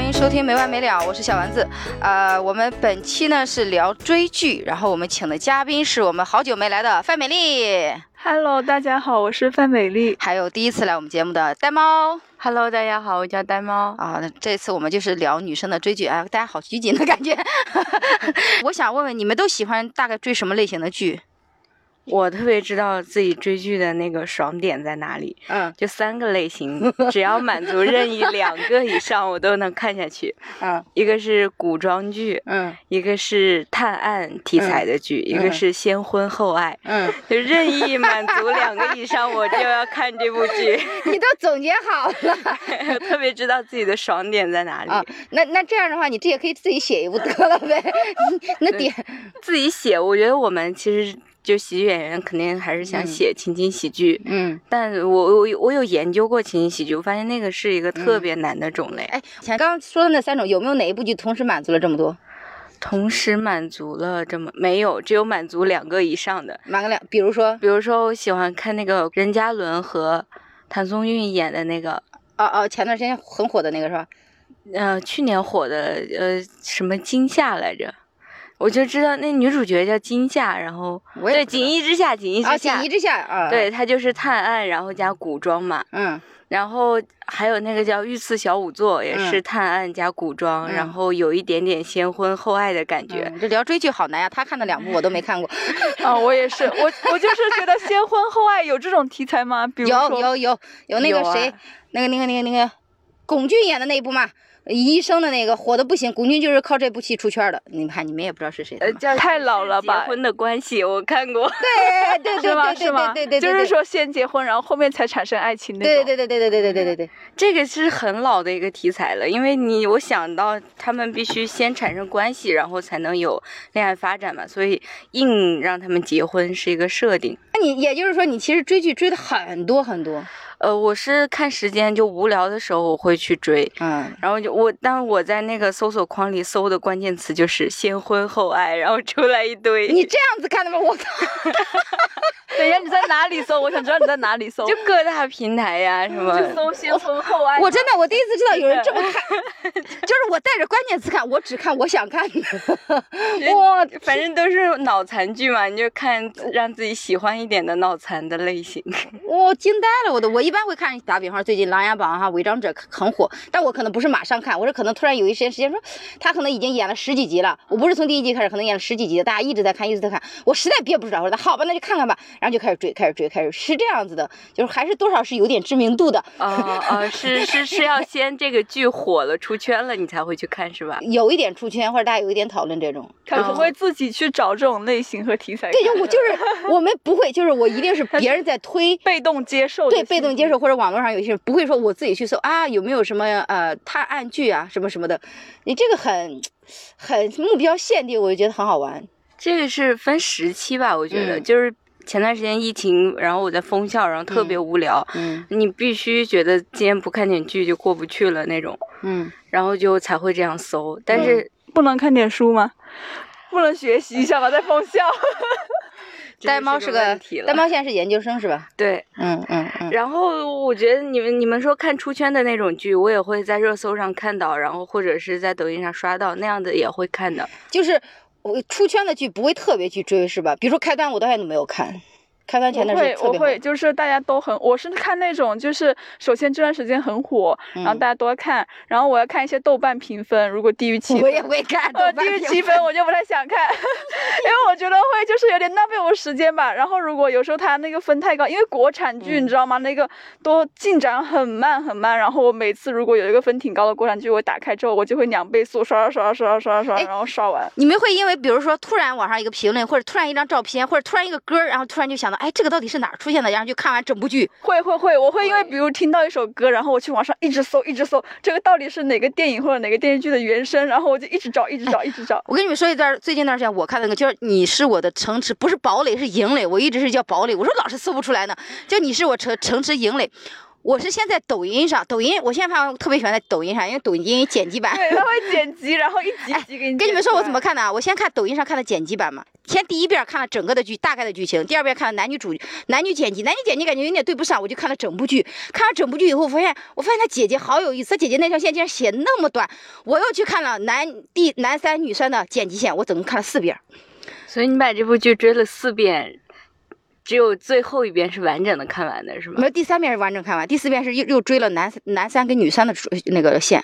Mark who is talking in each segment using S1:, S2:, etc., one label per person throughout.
S1: 迎收听没完没了，我是小丸子。呃，我们本期呢是聊追剧，然后我们请的嘉宾是我们好久没来的范美丽，
S2: Hello，大家好，我是范美丽。
S1: 还有第一次来我们节目的呆猫
S3: Hello，大家好，我叫呆猫。
S1: 啊。那这次我们就是聊女生的追剧，啊，大家好拘谨的感觉。 我想问问你们都喜欢大概追什么类型的剧？
S3: 我特别知道自己追剧的那个爽点在哪里，
S1: 嗯
S3: 就三个类型，只要满足任意两个以上，我都能看下去。
S1: 嗯
S3: 一个是古装剧，
S1: 嗯
S3: 一个是探案题材的剧，一个是先婚后爱，
S1: 嗯，
S3: 就任意满足两个以上，我就要看这部剧。
S1: 你都总结好了
S3: 特别知道自己的爽点在哪里，
S1: 啊。 那那这样的话，你这也可以自己写一部得了呗。 那点
S3: 自己写。我觉得我们其实就喜剧演员肯定还是想
S1: 嗯
S3: 写情景喜剧，
S1: 嗯，
S3: 但我我有我有研究过情景喜剧，我发现那个是一个
S1: 嗯
S3: 特别难的种类，啊
S1: 哎，前刚刚说的那三种，有没有哪一部剧同时满足了这么多？
S3: 同时满足了这么没有，只有满足两个以上的。
S1: 满个两，比如说，
S3: 比如说，我喜欢看那个任嘉伦和谭松韵演的那个，
S1: 哦哦，前段时间很火的那个是吧？
S3: 呃，去年火的呃什么惊吓来着。我就知道那女主角叫金夏，然后
S1: 我也
S3: 对
S1: 不知道
S3: 锦衣之下，锦衣
S1: 啊，
S3: 之
S1: 锦
S3: 下，
S1: 衣之下啊，
S3: 对，她就是探案，然后加古装嘛，
S1: 嗯
S3: 然后还有那个叫《御赐小仵作》，也是探案加古装，
S1: 嗯
S3: 然后有一点点先婚后爱的感觉。
S1: 嗯，这聊追剧好难呀、他看的两部我都没看过，
S2: 啊、我也是，我我就是觉得先婚后爱有这种题材吗？比如说，
S1: 有有有有那个
S3: 有啊
S1: 谁，那个那个那个那个龚俊演的那一部嘛。医生的那个火的不行，龚俊就是靠这部戏出圈的。你们看，你们也不知道是谁的
S3: 呃，
S1: 嘛
S3: 叫
S2: 太老了吧
S3: 结婚的关系我看过，
S1: 对对对
S2: 是吗？
S1: 对
S2: 是吗？
S1: 对对对对，
S2: 就是说先结婚，然后后面才产生爱情那
S1: 对，
S2: 种。
S1: 对对对对对对对对对
S3: 这个是很老的一个题材了，因为你我想到他们必须先产生关系，然后才能有恋爱发展嘛，所以硬让他们结婚是一个设定。
S1: 那你也就是说，你其实追剧追的很多很多，
S3: 呃，我是看时间就无聊的时候我会去追，
S1: 嗯，
S3: 然后就我，但我在那个搜索框里搜的关键词就是先婚后爱，然后出来一堆。
S1: 你这样子看的吗？我靠，
S2: 等一下，你在哪里搜？我想知道你在哪里搜。
S3: 就各大平台呀，什么
S2: 就搜先婚后爱。
S1: 我真的我第一次知道有人这么看，就是我带着关键词看，我只看我想看的。哇，
S3: 反正都是脑残剧嘛，你就看让自己喜欢一点的脑残的类型。
S1: 我惊呆了，我都我一般会看，打比方说最近《琅琊榜》哈，《伪装者》很火，但我可能不是马上看，我是可能突然有一时间时间说，他可能已经演了十几集了，我不是从第一集开始，可能演了十几集，大家一直在看，一直在看，我实在憋不住了，我说那好吧，那就看看吧，然后就开始追，开始追，开始是这样子的，就是还是多少是有点知名度的，
S3: 哦哦，是是是要先这个剧火了出圈了，你才会去看是吧？
S1: 有一点出圈或者大家有一点讨论这种。
S2: 可能会自己去找这种类型和题材看，，
S1: 对，就我就是我们不会，就是我一定是别人在推
S2: 被动接受。
S1: 对，被动接。受或者网络上有些人不会说我自己去搜啊，有没有什么呃探案剧啊什么什么的，你这个很很目标限定，我就觉得很好玩。
S3: 这个是分时期吧，我觉得、
S1: 嗯
S3: 就是前段时间疫情，然后我在封校，然后特别无聊，
S1: 嗯
S3: 你必须觉得今天不看点剧就过不去了那种，
S1: 嗯，
S3: 然后就才会这样搜。但是
S2: 不能看点书吗？不能学习一下吗？在封校。
S1: 呆猫
S3: 是
S1: 是个
S3: 问题了
S1: 呆猫，现在是研究生是吧？
S3: 对，
S1: 嗯嗯嗯。
S3: 然后我觉得你们你们说看出圈的那种剧，我也会在热搜上看到，然后或者是在抖音上刷到那样的也会看的。
S1: 就是我出圈的剧不会特别去追是吧？比如说开端，我到现在都没有看，开端前
S2: 我
S1: 段时
S2: 会
S1: 间，特
S2: 我
S1: 别火
S2: 会，就是大家都很，我是看那种，就是首先这段时间很火，然 后
S1: 嗯
S2: 大家都在看，然后我要看一些豆瓣评分，如果低于七
S1: 我
S2: 分，
S1: 也会看，
S2: 呃，
S1: 豆
S2: 低
S1: 瓣
S2: 于
S1: 评
S2: 七分我就不太想看， 因为我觉得会就是有点浪费我时间吧。然后如果有时候它那个分太高，因为国产剧
S1: 嗯
S2: 你知道吗，那个都进展很慢很慢。然后我每次如果有一个分挺高的国产剧，我打开之后我就会两倍速刷刷刷刷刷刷
S1: 哎
S2: 刷，然后刷完。
S1: 你们会因为比如说突然网上一个评论，或者突然一张照片，或者突然一个歌，然后突然就想到，哎，这个到底是哪儿出现的？然后就看完整部剧。
S2: 会会会，我会因为比如听到一首歌，然后我去网上一直搜一直搜，这个到底是哪个电影或者哪个电视剧的原声，然后我就一直找一直找一直 找。
S1: 我跟你们说一段，最近那段时间我看那个，就是你是我的城池，不是堡垒是营垒，我一直是叫堡垒，我说老是搜不出来呢，就你是我城城池营垒。我是现在抖音上，抖音我现在发现特别喜欢在抖音上，因为抖音剪辑版。
S2: 对，他会剪辑，然后一集一集给 你。
S1: 哎跟你们说我怎么。看的啊？我先看抖音上看的剪辑版嘛，先第一遍看了整个的剧大概的剧情，第二遍看了男女主男女剪辑，男女剪辑感觉有点对不上，我就看了整部剧。看了整部剧以后，我发现我发现他姐姐好有意思，他姐姐那条线竟然写那么短。我又去看了男第男三女三的剪辑线，我总共看了四遍。
S3: 所以你把这部剧追了四遍，只有最后一遍是完整的看完的，是吗
S1: 没？有第三遍是完整看完，第四遍是又又追了男男三跟女三的主那个线。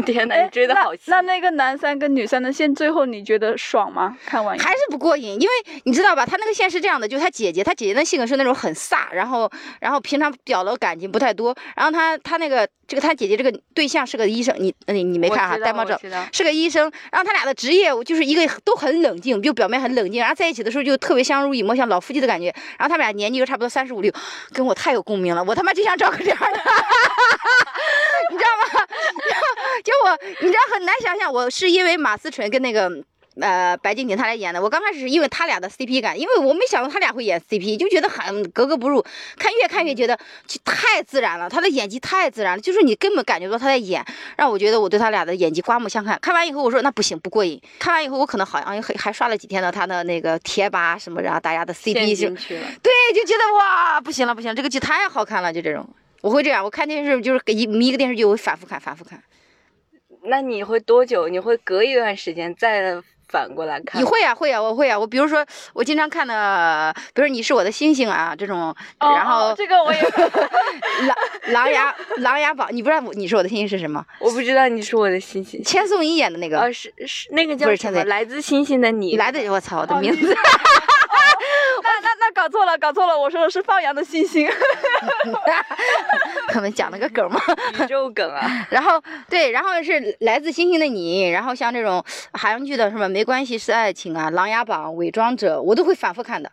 S3: 天哪，
S2: 哎
S3: 你追的
S2: 那
S3: 好细
S2: 那那个男三跟女三的线，最后你觉得爽吗？看
S3: 哎
S2: 完以后
S1: 还是不过瘾，因为你知道吧，他那个线是这样的，就是他姐姐，他姐姐的性格是那种很飒，然后然后平常表露感情不太多，然后他他那个这个他姐姐这个对象是个医生，你你你没看
S3: 我
S1: 哈、
S3: 知道
S1: 戴帽
S3: 我
S1: 者
S3: 知道
S1: 是个医生，然后他俩的职业就是一个都很冷静，就表面很冷静，然后在一起的时候就特别相濡以沫，像老夫妻的感觉，然后他们俩年纪又差不多三十五六，跟我太有共鸣了，我他妈就想找个这样的。你知道吗？然后结果你知道很难想象，我是因为马思纯跟那个。呃，白敬亭他俩演的，我刚开始是因为他俩的 CP 感，因为我没想到他俩会演 CP，就觉得很格格不入。看越看越觉得就太自然了，他的演技太自然了，就是你根本感觉不到他在演，让我觉得我对他俩的演技刮目相看。看完以后我说那不行，不过瘾。看完以后我可能好像还还刷了几天的他的那个贴吧什么，然后大家的 CP 就
S3: 陷进去了。
S1: 对，就觉得哇，不行了，不行了，这个剧太好看了，就这种。我会这样，我看电视就是一一个电视剧，我会反复看，反复看。
S3: 那你会多久？你会隔一段时间再反过来看？
S1: 你？会呀、会呀、我会呀、我比如说，我经常看的，比如说《你是我的星星》啊这种，
S2: 哦
S1: 然后
S2: 哦这个 我也
S1: 狼琅琊琅琊榜，你不知道我《你是我的星星》是什么？
S3: 我不知道你是我的星星。
S1: 千颂伊演的那个，
S3: 啊，是是那个
S1: 不
S3: 叫
S1: 是
S3: 什
S1: 千
S3: 么？
S1: 岁
S3: 来自星星的你。
S1: 来的我操，我的
S2: 哦
S1: 名
S2: 你
S1: 字
S2: 那那那搞错了，搞错了，我说的是放羊的星星。
S1: 可能讲了个梗嘛。
S3: 宇宙梗啊！
S1: 然后对，然后是来自星星的你，然后像这种韩剧的什么《没关系是爱情》啊，《琅琊榜》《伪装者》，我都会反复看的。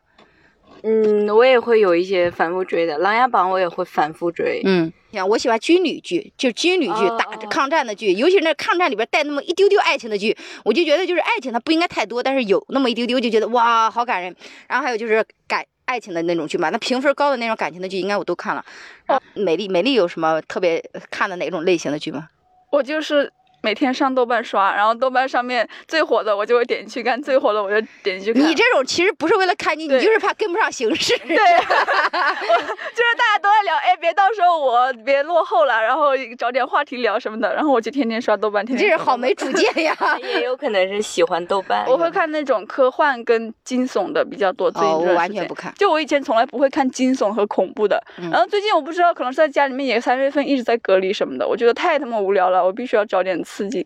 S3: 嗯，我也会有一些反复追的，《琅琊榜》我也会反复追。
S1: 嗯，像我喜欢军旅剧，就军旅剧、
S3: 哦
S1: 打
S3: 哦
S1: 抗战的剧，尤其是那抗战里边带那么一丢丢爱情的剧，我就觉得就是爱情它不应该太多，但是有那么一丢丢就觉得哇好感人。然后还有就是感爱情的那种剧嘛，那评分高的那种感情的剧应该我都看了。
S2: 哦
S1: 然后美丽美丽有什么特别看的哪种类型的剧吗？
S2: 我就是每天上豆瓣刷，然后豆瓣上面最火的我就会点进去看，最火的我就点进去看。
S1: 你这种其实不是为了看你，你
S2: 对
S1: 就是怕跟不上形势。
S2: 对， 我就是大家都在聊，哎，别到时候我别落后了，然后找点话题聊什么的，然后我就天天刷豆瓣，
S1: 你
S2: 天
S1: 这
S2: 天
S1: 是
S2: 刷
S1: 好
S2: 豆瓣
S1: 没。主见呀！
S3: 也有可能是喜欢豆瓣。
S2: 我会看那种科幻跟惊悚的比较多， 最近
S1: 哦，
S2: 这
S1: 我
S2: 段
S1: 完
S2: 时
S1: 全
S2: 间
S1: 不看。
S2: 就我以前从来不会看惊悚和恐怖的，
S1: 嗯
S2: 然后最近我不知道，可能是在家里面也三月份一直在隔离什么的，我觉得太他妈无聊了，我必须要找点刺激。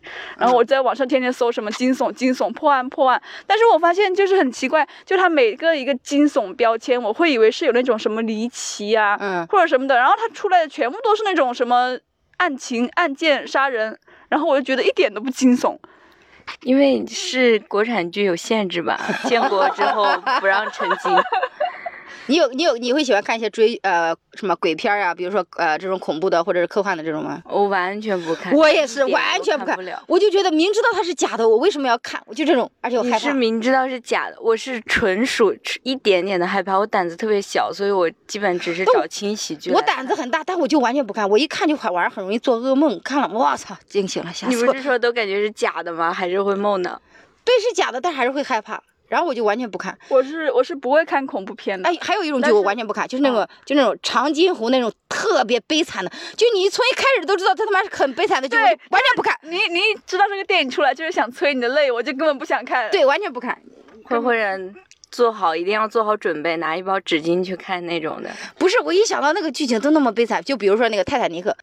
S1: 嗯
S2: 然后我在网上天天搜什么惊悚、惊悚、破案、破案，但是我发现就是很奇怪，就它每个一个惊悚标签，我会以为是有那种什么离奇啊，
S1: 嗯
S2: 或者什么的，然后它出来的全部都是那种什么案情、案件、杀人，然后我就觉得一点都不惊悚。
S3: 因为是国产剧有限制吧， 建国之后不让成精。
S1: 你有你有你会喜欢看一些追呃什么鬼片儿啊，比如说呃这种恐怖的或者是科幻的这种吗？
S3: 我完全不看。
S1: 我也是
S3: 一点
S1: 完
S3: 都
S1: 全不
S3: 看
S1: 看
S3: 不了。
S1: 我就觉得明知道它是假的，我为什么要看？我就这种，而且我
S3: 你
S1: 害
S3: 是
S1: 怕。
S3: 明知道是假的，我是纯属一点点的害怕，我胆子特别小，所以我基本只是
S1: 但我
S3: 找轻喜剧。
S1: 哦我胆子。很大，但我就完全不看。我一看就晚上很容易做噩梦，看了我操，惊醒了，吓
S3: 你
S1: 死
S3: 不
S1: 我
S3: 是！说都感觉是假的吗？还是会梦呢？
S1: 对，是假的，但还是会害怕。然后我就完全不看。
S2: 我是我是不会看恐怖片的。
S1: 哎，还有一种
S2: 但
S1: 剧我
S2: 是
S1: 完全不看，就是
S3: 哦
S1: 那种就那种长津湖那种特别悲惨的，就你从一开始都知道他他妈是很悲惨的剧，我
S2: 对
S1: 就完全不看。
S2: 你你一知道这个电影出来就是想催你的泪，我就根本不想看。，
S1: 对，完全不看。
S3: 会会人做好，一定要做好准备，拿一包纸巾去看那种的。
S1: 不是，我一想到那个剧情都那么悲惨，就比如说那个《泰坦尼克》，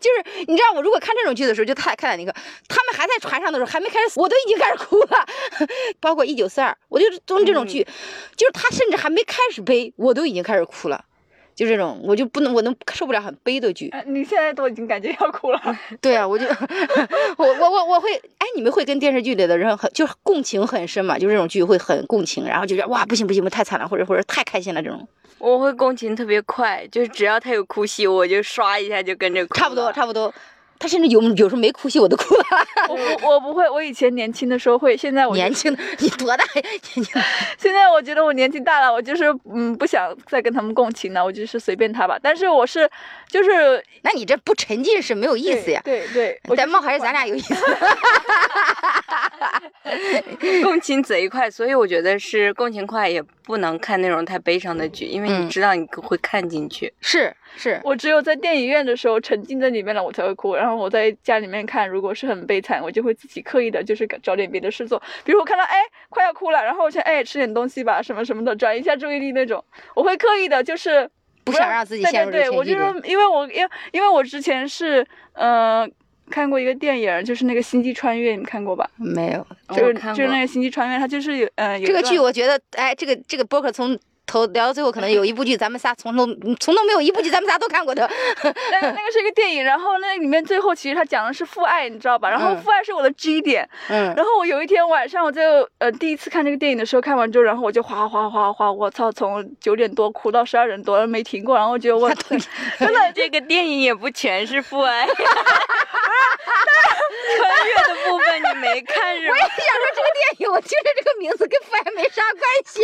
S1: 就是你知道，我如果看这种剧的时候，就泰《泰坦尼克》，他们还在船上的时候，还没开始死，我都已经开始哭了。 包括《一九四二》，我就是从这种剧，就是他甚至还没开始悲，我都已经开始哭了。就这种，我就不能，我能受不了很悲的剧。
S2: 呃你现在都已经感觉要哭 了。
S1: 对啊，我就，我我我我会，哎，你们会跟电视剧里的人很就是共情很深嘛？就这种剧会很共情，然后就觉得哇不行不行，太惨了，或者或者太开心了这种。
S3: 我会共情特别快，就是只要他有哭戏，我就刷一下就跟着哭。
S1: 差不多，差不多。他甚至有有时候没哭戏我都哭了。
S2: 我我我不会，我以前年轻的时候会，现在我
S1: 年 轻的你多大呀？年轻的
S2: 现在我觉得我年纪大了，我就是嗯不想再跟他们共情了，我就是随便他吧。但是我是就是
S1: 那你这不沉浸是没有意思呀。
S2: 对对，我
S1: 咱
S2: 就
S1: 们
S2: 是
S1: 还是
S2: 不
S1: 咱俩有意 思。
S3: 共情贼快，所以我觉得是共情快，也不能看那种太悲伤的剧，因为
S1: 嗯
S3: 你知道你会看进去。
S1: 是是，
S2: 我只有在电影院的时候沉浸在里面了，我才会哭。然后我在家里面看，如果是很悲惨，我就会自己刻意的，就是找点别的事做。比如我看到哎快要哭了，然后我想哎吃点东西吧，什么什么的，转移一下注意力那种。我会刻意的，就是
S1: 不
S2: 让
S1: 想让自己陷入
S2: 对
S1: 这
S2: 对对，
S1: 个
S2: 我
S1: 情
S2: 就
S1: 绪
S2: 是因为我因为因为我之前是呃看过一个电影，就是那个《星际穿越》，你们看过吧？
S1: 没有
S3: 我
S2: 嗯就是
S3: 看
S2: 就是
S3: 过
S2: 那个《星际穿越》，它就是有呃有
S1: 这
S2: 一
S1: 个
S2: 段
S1: 剧，我觉得哎，这个这个播客从。头聊到最后，可能有一部剧咱们仨从头从头没有一部剧咱们仨都看过 的，
S2: 那个那个是一个电影，然后那里面最后其实它讲的是父爱，你知道吧？然后
S1: 嗯
S2: 父爱是我的 G 点，
S1: 嗯，
S2: 然后我有一天晚上，我就呃第一次看这个电影的时候，看完之后，然后我就哗哗哗哗，我操，从九点多哭到十二点多，没停过。然后我觉得我
S3: 真的，这个电影也不全是父爱， 穿越的部分你没看是吧？
S1: 想说这个电影，我听着这个名字跟父爱没啥关 系。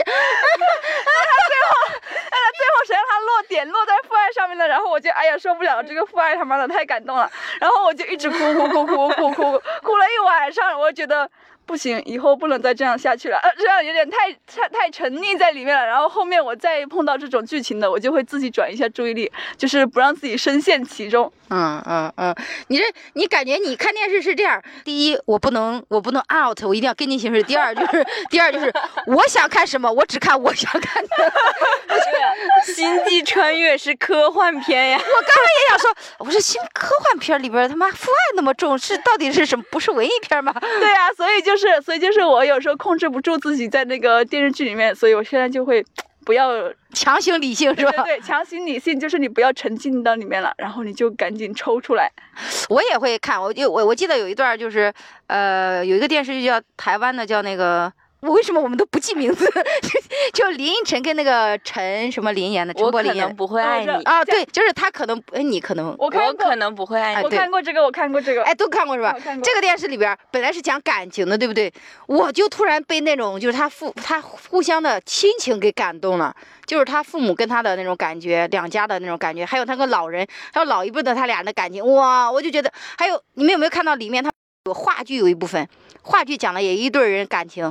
S2: 最后谁让他落点落在父爱上面了？然后我就哎呀受不了，这个父爱他妈的太感动了。然后我就一直哭哭哭哭哭哭哭了一晚上，我觉得。不行，以后不能再这样下去了，呃，这样有点太太太沉溺在里面了。然后后面我再碰到这种剧情的，我就会自己转移一下注意力，就是不让自己深陷其中。
S1: 嗯嗯嗯，你这你感觉你看电视是这样：第一，我不能我不能 out，我一定要跟进形式；第二就是第二就是我想看什么，我只看我想看的。
S3: 《星际穿越》是科幻片呀，
S1: 我刚刚也想说，我说新科幻片里边他妈父爱那么重，是到底是什么？不是文艺片吗？
S2: 对啊，所以就是，所以就是我有时候控制不住自己在那个电视剧里面，所以我现在就会不要，
S1: 强行理性是
S2: 对
S1: 吧？
S2: 对对，强行理性，就是你不要沉浸到里面了，然后你就赶紧抽出来。
S1: 我也会看，我就我我记得有一段就是，呃，有一个电视剧叫台湾的叫那个，我为什么我们都不记名字？ 就林依晨跟那个陈什么林演的，陈
S3: 我
S1: 柏
S3: 可
S1: 霖演
S3: 能
S1: 的
S3: 不会爱你，
S1: 啊，对，就是他可能，哎，你可能，
S2: 我看
S3: 我
S2: 过
S3: 可，能不会爱
S1: 哎
S3: 你。
S2: 我看过这个，我看过这 个，
S1: 哎，都看过是吧
S2: 哦我看？过
S1: 这个电视里边儿本来是讲感情的，对不对？我就突然被那种就是他父他互相的亲情给感动了，就是他父母跟他的那种感觉，两家的那种感觉，还有他跟老人，还有老一辈的他俩的感情，哇，我就觉得，还有你们有没有看到里面他有话剧有一部分，话剧讲的也一对人感情，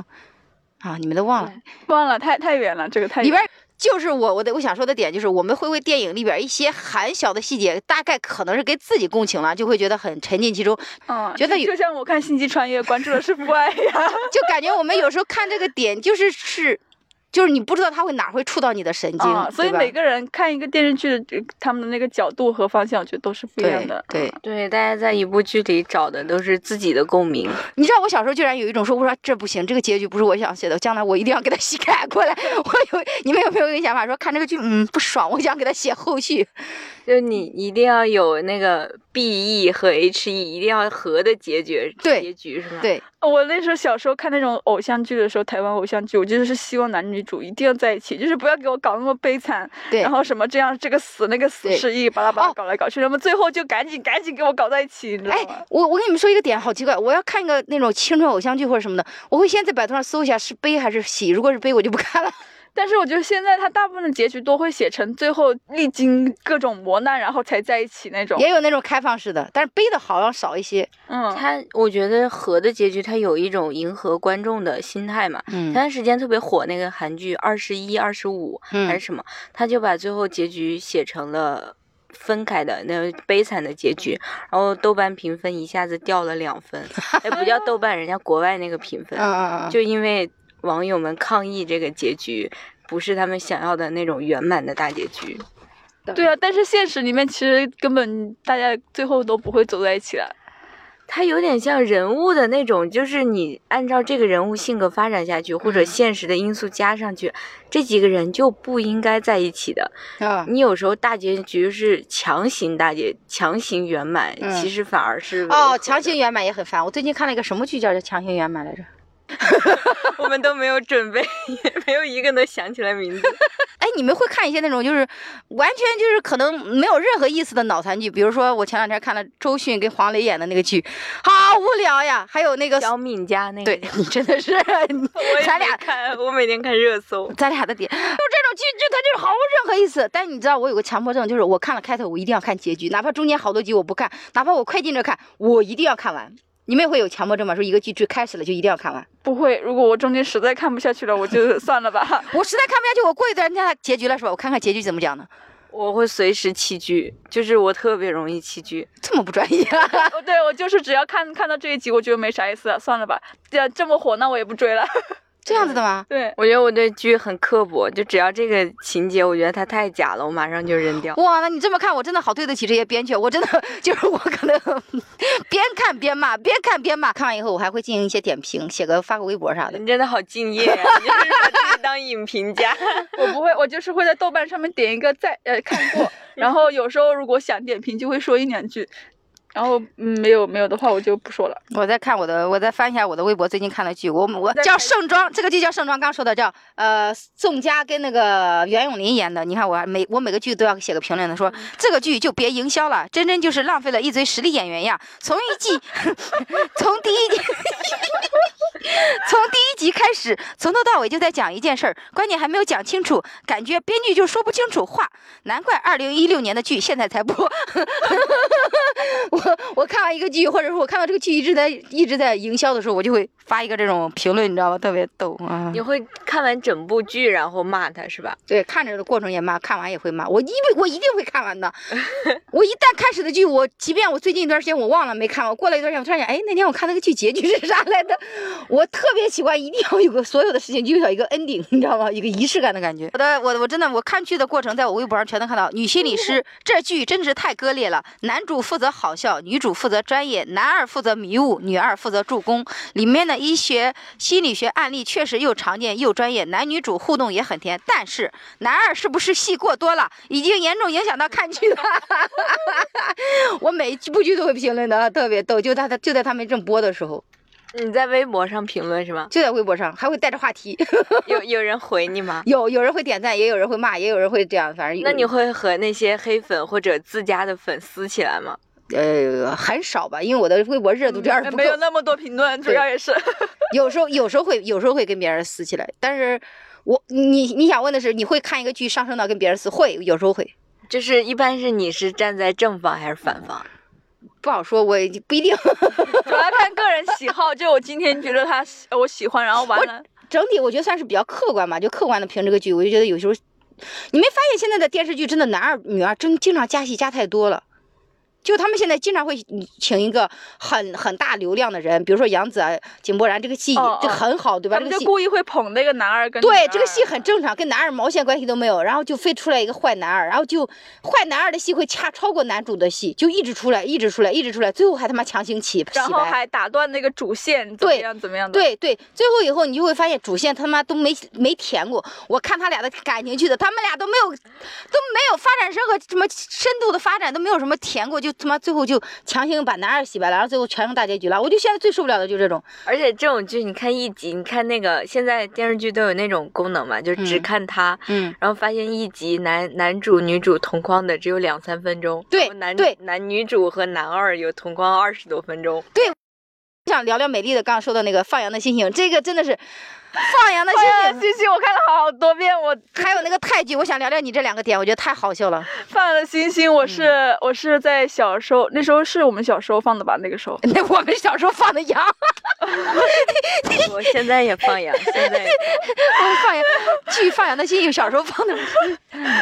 S1: 啊，你们都忘了。
S2: 忘了，太太远了，这个太
S1: 里
S2: 远
S1: 边儿就是我我的我想说的点就是，我们会为电影里边儿一些很小的细节，大概可能是跟自己共情了，就会觉得很沉浸其中，
S2: 嗯，
S1: 觉得
S2: 就
S1: 有
S2: 就像我看《星际穿越》，关注的是父爱 呀，
S1: 就感觉我们有时候看这个点就是是。就是你不知道他会哪儿会触到你的神经，
S2: 啊，所以
S1: 对吧
S2: 每个人看一个电视剧的，他们的那个角度和方向，我觉得都是不一样
S1: 对
S2: 的。嗯
S1: 对，
S3: 对，大家在一部剧里找的都是自己的共鸣。
S1: 你知道我小时候居然有一种说，我说这不行，这个结局不是我想写的，将来我一定要给他 写改过来。我有你们有没有一个想法说看这个剧嗯不爽，我想给他写后续，
S3: 就你一定要有那个 B E 和 H E，一定要和的结局，
S1: 对
S3: 结局
S2: 嗯
S3: 是吗？
S1: 对，
S2: 我那时候小时候看那种偶像剧的时候，台湾偶像剧，我就是希望男女主一定要在一起，就是不要给我搞那么悲惨，
S1: 对
S2: 然后什么这样这个死那个死
S1: 对
S2: 失忆，巴拉巴拉
S1: 哦
S2: 搞来搞去，那么最后就赶紧赶紧给我搞在一起，你知道
S1: 哎
S2: 吗？，
S1: 我我跟你们说一个点，好奇怪，我要看一个那种青春偶像剧或者什么的，我会先在百度上搜一下是悲还是喜，如果是悲我就不看了。
S2: 但是我觉得现在他大部分的结局都会写成最后历经各种磨难，然后才在一起那种。
S1: 也有那种开放式的，但是悲的好像少一些。
S2: 嗯，
S3: 他，我觉得和的结局，他有一种迎合观众的心态嘛。
S1: 嗯
S3: 前段时间特别火那个韩剧《二十一、二十五》还是
S1: 嗯
S3: 什么，他就把最后结局写成了分开的那个悲惨的结局，
S1: 嗯
S3: 然后豆瓣评分一下子掉了两 分，哎，不叫豆瓣，人家国外那个评分，
S1: 嗯
S3: 就因为网友们抗议这个结局不是他们想要的那种圆满的大结局。
S2: 对啊，但是现实里面其实根本大家最后都不会走在一起了。
S3: 它有点像人物的那种，就是你按照这个人物性格发展下去，或者现实的因素加上去，这几个人就不应该在一起的。
S1: 啊，
S3: 你有时候大结局是强行大结，强行圆满，
S1: 嗯
S3: 其实反而是违和
S1: 哦，
S3: 的
S1: 强行。圆满也很烦。我最近看了一个什么剧叫《强行圆满》来着？
S3: 我们都没有准备，也没有一个能想起来名字。
S1: 哎，你们会看一些那种就是完全就是可能没有任何意思的脑残剧，比如说我前两天看了周迅跟黄磊演的那个剧，好无聊呀。还有那个，
S3: 呃小敏家那个，
S1: 对你真的是，你
S3: 我也
S1: 咱
S3: 没
S1: 俩
S3: 看，我每天看热搜。
S1: 咱俩的点，就这种剧就它就是毫无任何意思。但你知道我有个强迫症，就是我看了开头，我一定要看结局，哪怕中间好多集我不看，哪怕我快进着看，我一定要看完。你们也会有强迫症吗？说一个剧最开始了就一定要看完，
S2: 不会，如果我中间实在看不下去了，我就算 了吧。
S1: 我实在看不下去，我过一段人家结局了是吧？我看看结局怎么讲呢？
S3: 我会随时弃剧，就是我特别容易弃剧。
S1: 这么不专业、啊，
S2: 哦，对我就是只要看看到这一集，我觉得没啥意思了，算了吧。这这么火，那我也不追了。
S1: 这样子的吗？
S2: 对，
S3: 我觉得我对剧很刻薄，就只要这个情节，我觉得它太假了，我马上就扔掉。
S1: 哇，那你这么看，我真的好对得起这些编剧，啊我真的就是我可能边看边骂，边看边骂，看完以后我还会进行一些点评，写个发个微博啥的。
S3: 你真的好敬业呀、啊，你就是把自己当影评家。
S2: 我不会，我就是会在豆瓣上面点一个再呃看过，然后有时候如果想点评就会说一两句，然后嗯没有没有的话我就不说了。
S1: 我在看我的，我在翻一下我的微博，最近看的剧，我我
S2: 在
S1: 叫《
S2: 看
S1: 盛装》，这个剧叫《盛装》，刚说的叫呃宋佳跟那个袁咏琳演的。你看我还每我每个剧都要写个评论的，
S2: 嗯
S1: 说这个剧就别营销了，真真就是浪费了一堆实力演员呀。从一季， 从第一季， 从第一集开始，从头到尾就在讲一件事儿，关键还没有讲清楚，感觉编剧就说不清楚话，难怪二零一六年的剧现在才播。 我我看完一个剧，或者说我看到这个剧一直在一直在营销的时候，我就会发一个这种评论，你知道吗？特别逗啊
S3: 你！会看完整部剧然后骂他是吧？
S1: 对，看着的过程也骂，看完也会骂。我因为我一定会看完的。 我一旦开始的剧，我即便我最近一段时间我忘了没看完，过了一段时间我突然想，哎，那天我看那个剧结局是啥来的？我特别喜欢，一定要有个所有的事情就要有一个 ending，你知道吗？一个仪式感的感觉。我的，我的，我真的，我看剧的过程，在我微博上全能看到。女心理 师，这剧真是太割裂了。男主负责好笑，女主负责专业，男二负责迷雾，女二负责助攻。里面的医学心理学案例确实又常见又专业，男女主互动也很甜。但是男二是不是戏过多了，已经严重影响到看剧了？ 我每一部剧都会评论的，特别逗。就在他就在他们正播的时候，？
S3: 你在微博上评论是吗
S1: 就在微博上还会带着话题，
S3: 有有人回你吗？
S1: 有有人会点赞，也有人会骂，也有人会这样，反正有
S3: 那你会和那些黑粉或者自家的粉撕起来吗？
S1: 呃很少吧，因为我的微博热度这样
S2: 嗯
S1: 不够
S2: 没，有那么多评论，主
S1: 对
S2: 要也是
S1: 有时候有时候会有时候会跟别人撕起来，但是我你你想问的是，你会看一个剧上升到跟别人撕，会有时候会。
S3: 就是一般是你是站在正方还是反方？
S1: 不好说，我不一定。
S2: 主要看个人喜好。就我今天觉得他喜我喜欢，然后完了，
S1: 整体我觉得算是比较客观吧，就客观的评这个剧，我就觉得有时候，你没发现现在的电视剧真的男二女二真经常加戏加太多了。就他们现在经常会请一个很很大流量的人，比如说杨紫、啊、井柏然，这个戏
S2: 哦哦
S1: 这个很好，对吧？这
S2: 他们
S1: 个
S2: 就
S1: 戏
S2: 故意会捧那个男二跟女
S1: 对
S2: 二
S1: 这个戏很正常，跟男二毛线关系都没有。然后就非出来一个坏男二，然后就坏男二的戏会掐超过男主的戏，就一直出来，一直出来，一直出来，最后还他妈强行起洗
S2: 然后
S1: 白。
S2: 还打断那个主线，怎么
S1: 对
S2: 样怎么样的？
S1: 对对，最后以后你就会发现主线他妈都没没填过。我看他俩的感情剧的，他们俩都没有都没有发展任何什么深度的发展，都没有什么填过，就他妈最后就强行把男二洗白了，然后最后全成大结局了。我就现在最受不了的就是这种，
S3: 而且这种剧，你看一集，你看那个现在电视剧都有那种功能嘛，就只
S1: 嗯
S3: 看他，
S1: 嗯，
S3: 然后发现一集男男主女主同框的只有两三分钟，
S1: 对
S3: 然后男
S1: 对
S3: 男女主和男二有同框二十多分钟，
S1: 想聊聊美丽的刚刚说的那个放羊的星星，这个真的是放羊的星
S2: 哎呀，
S1: 星。
S2: 星星，我看了好多遍，我
S1: 还有那个泰剧，我想聊聊你这两个点，我觉得太好笑了。
S2: 放了星星，
S1: 嗯
S2: 我是、我是在小时候，那时候是我们小时候放的吧？那个时候
S1: 那我们小时候放的羊，
S3: 我现在也放羊，现在也
S1: 放羊剧《放羊的星星》，小时候放的。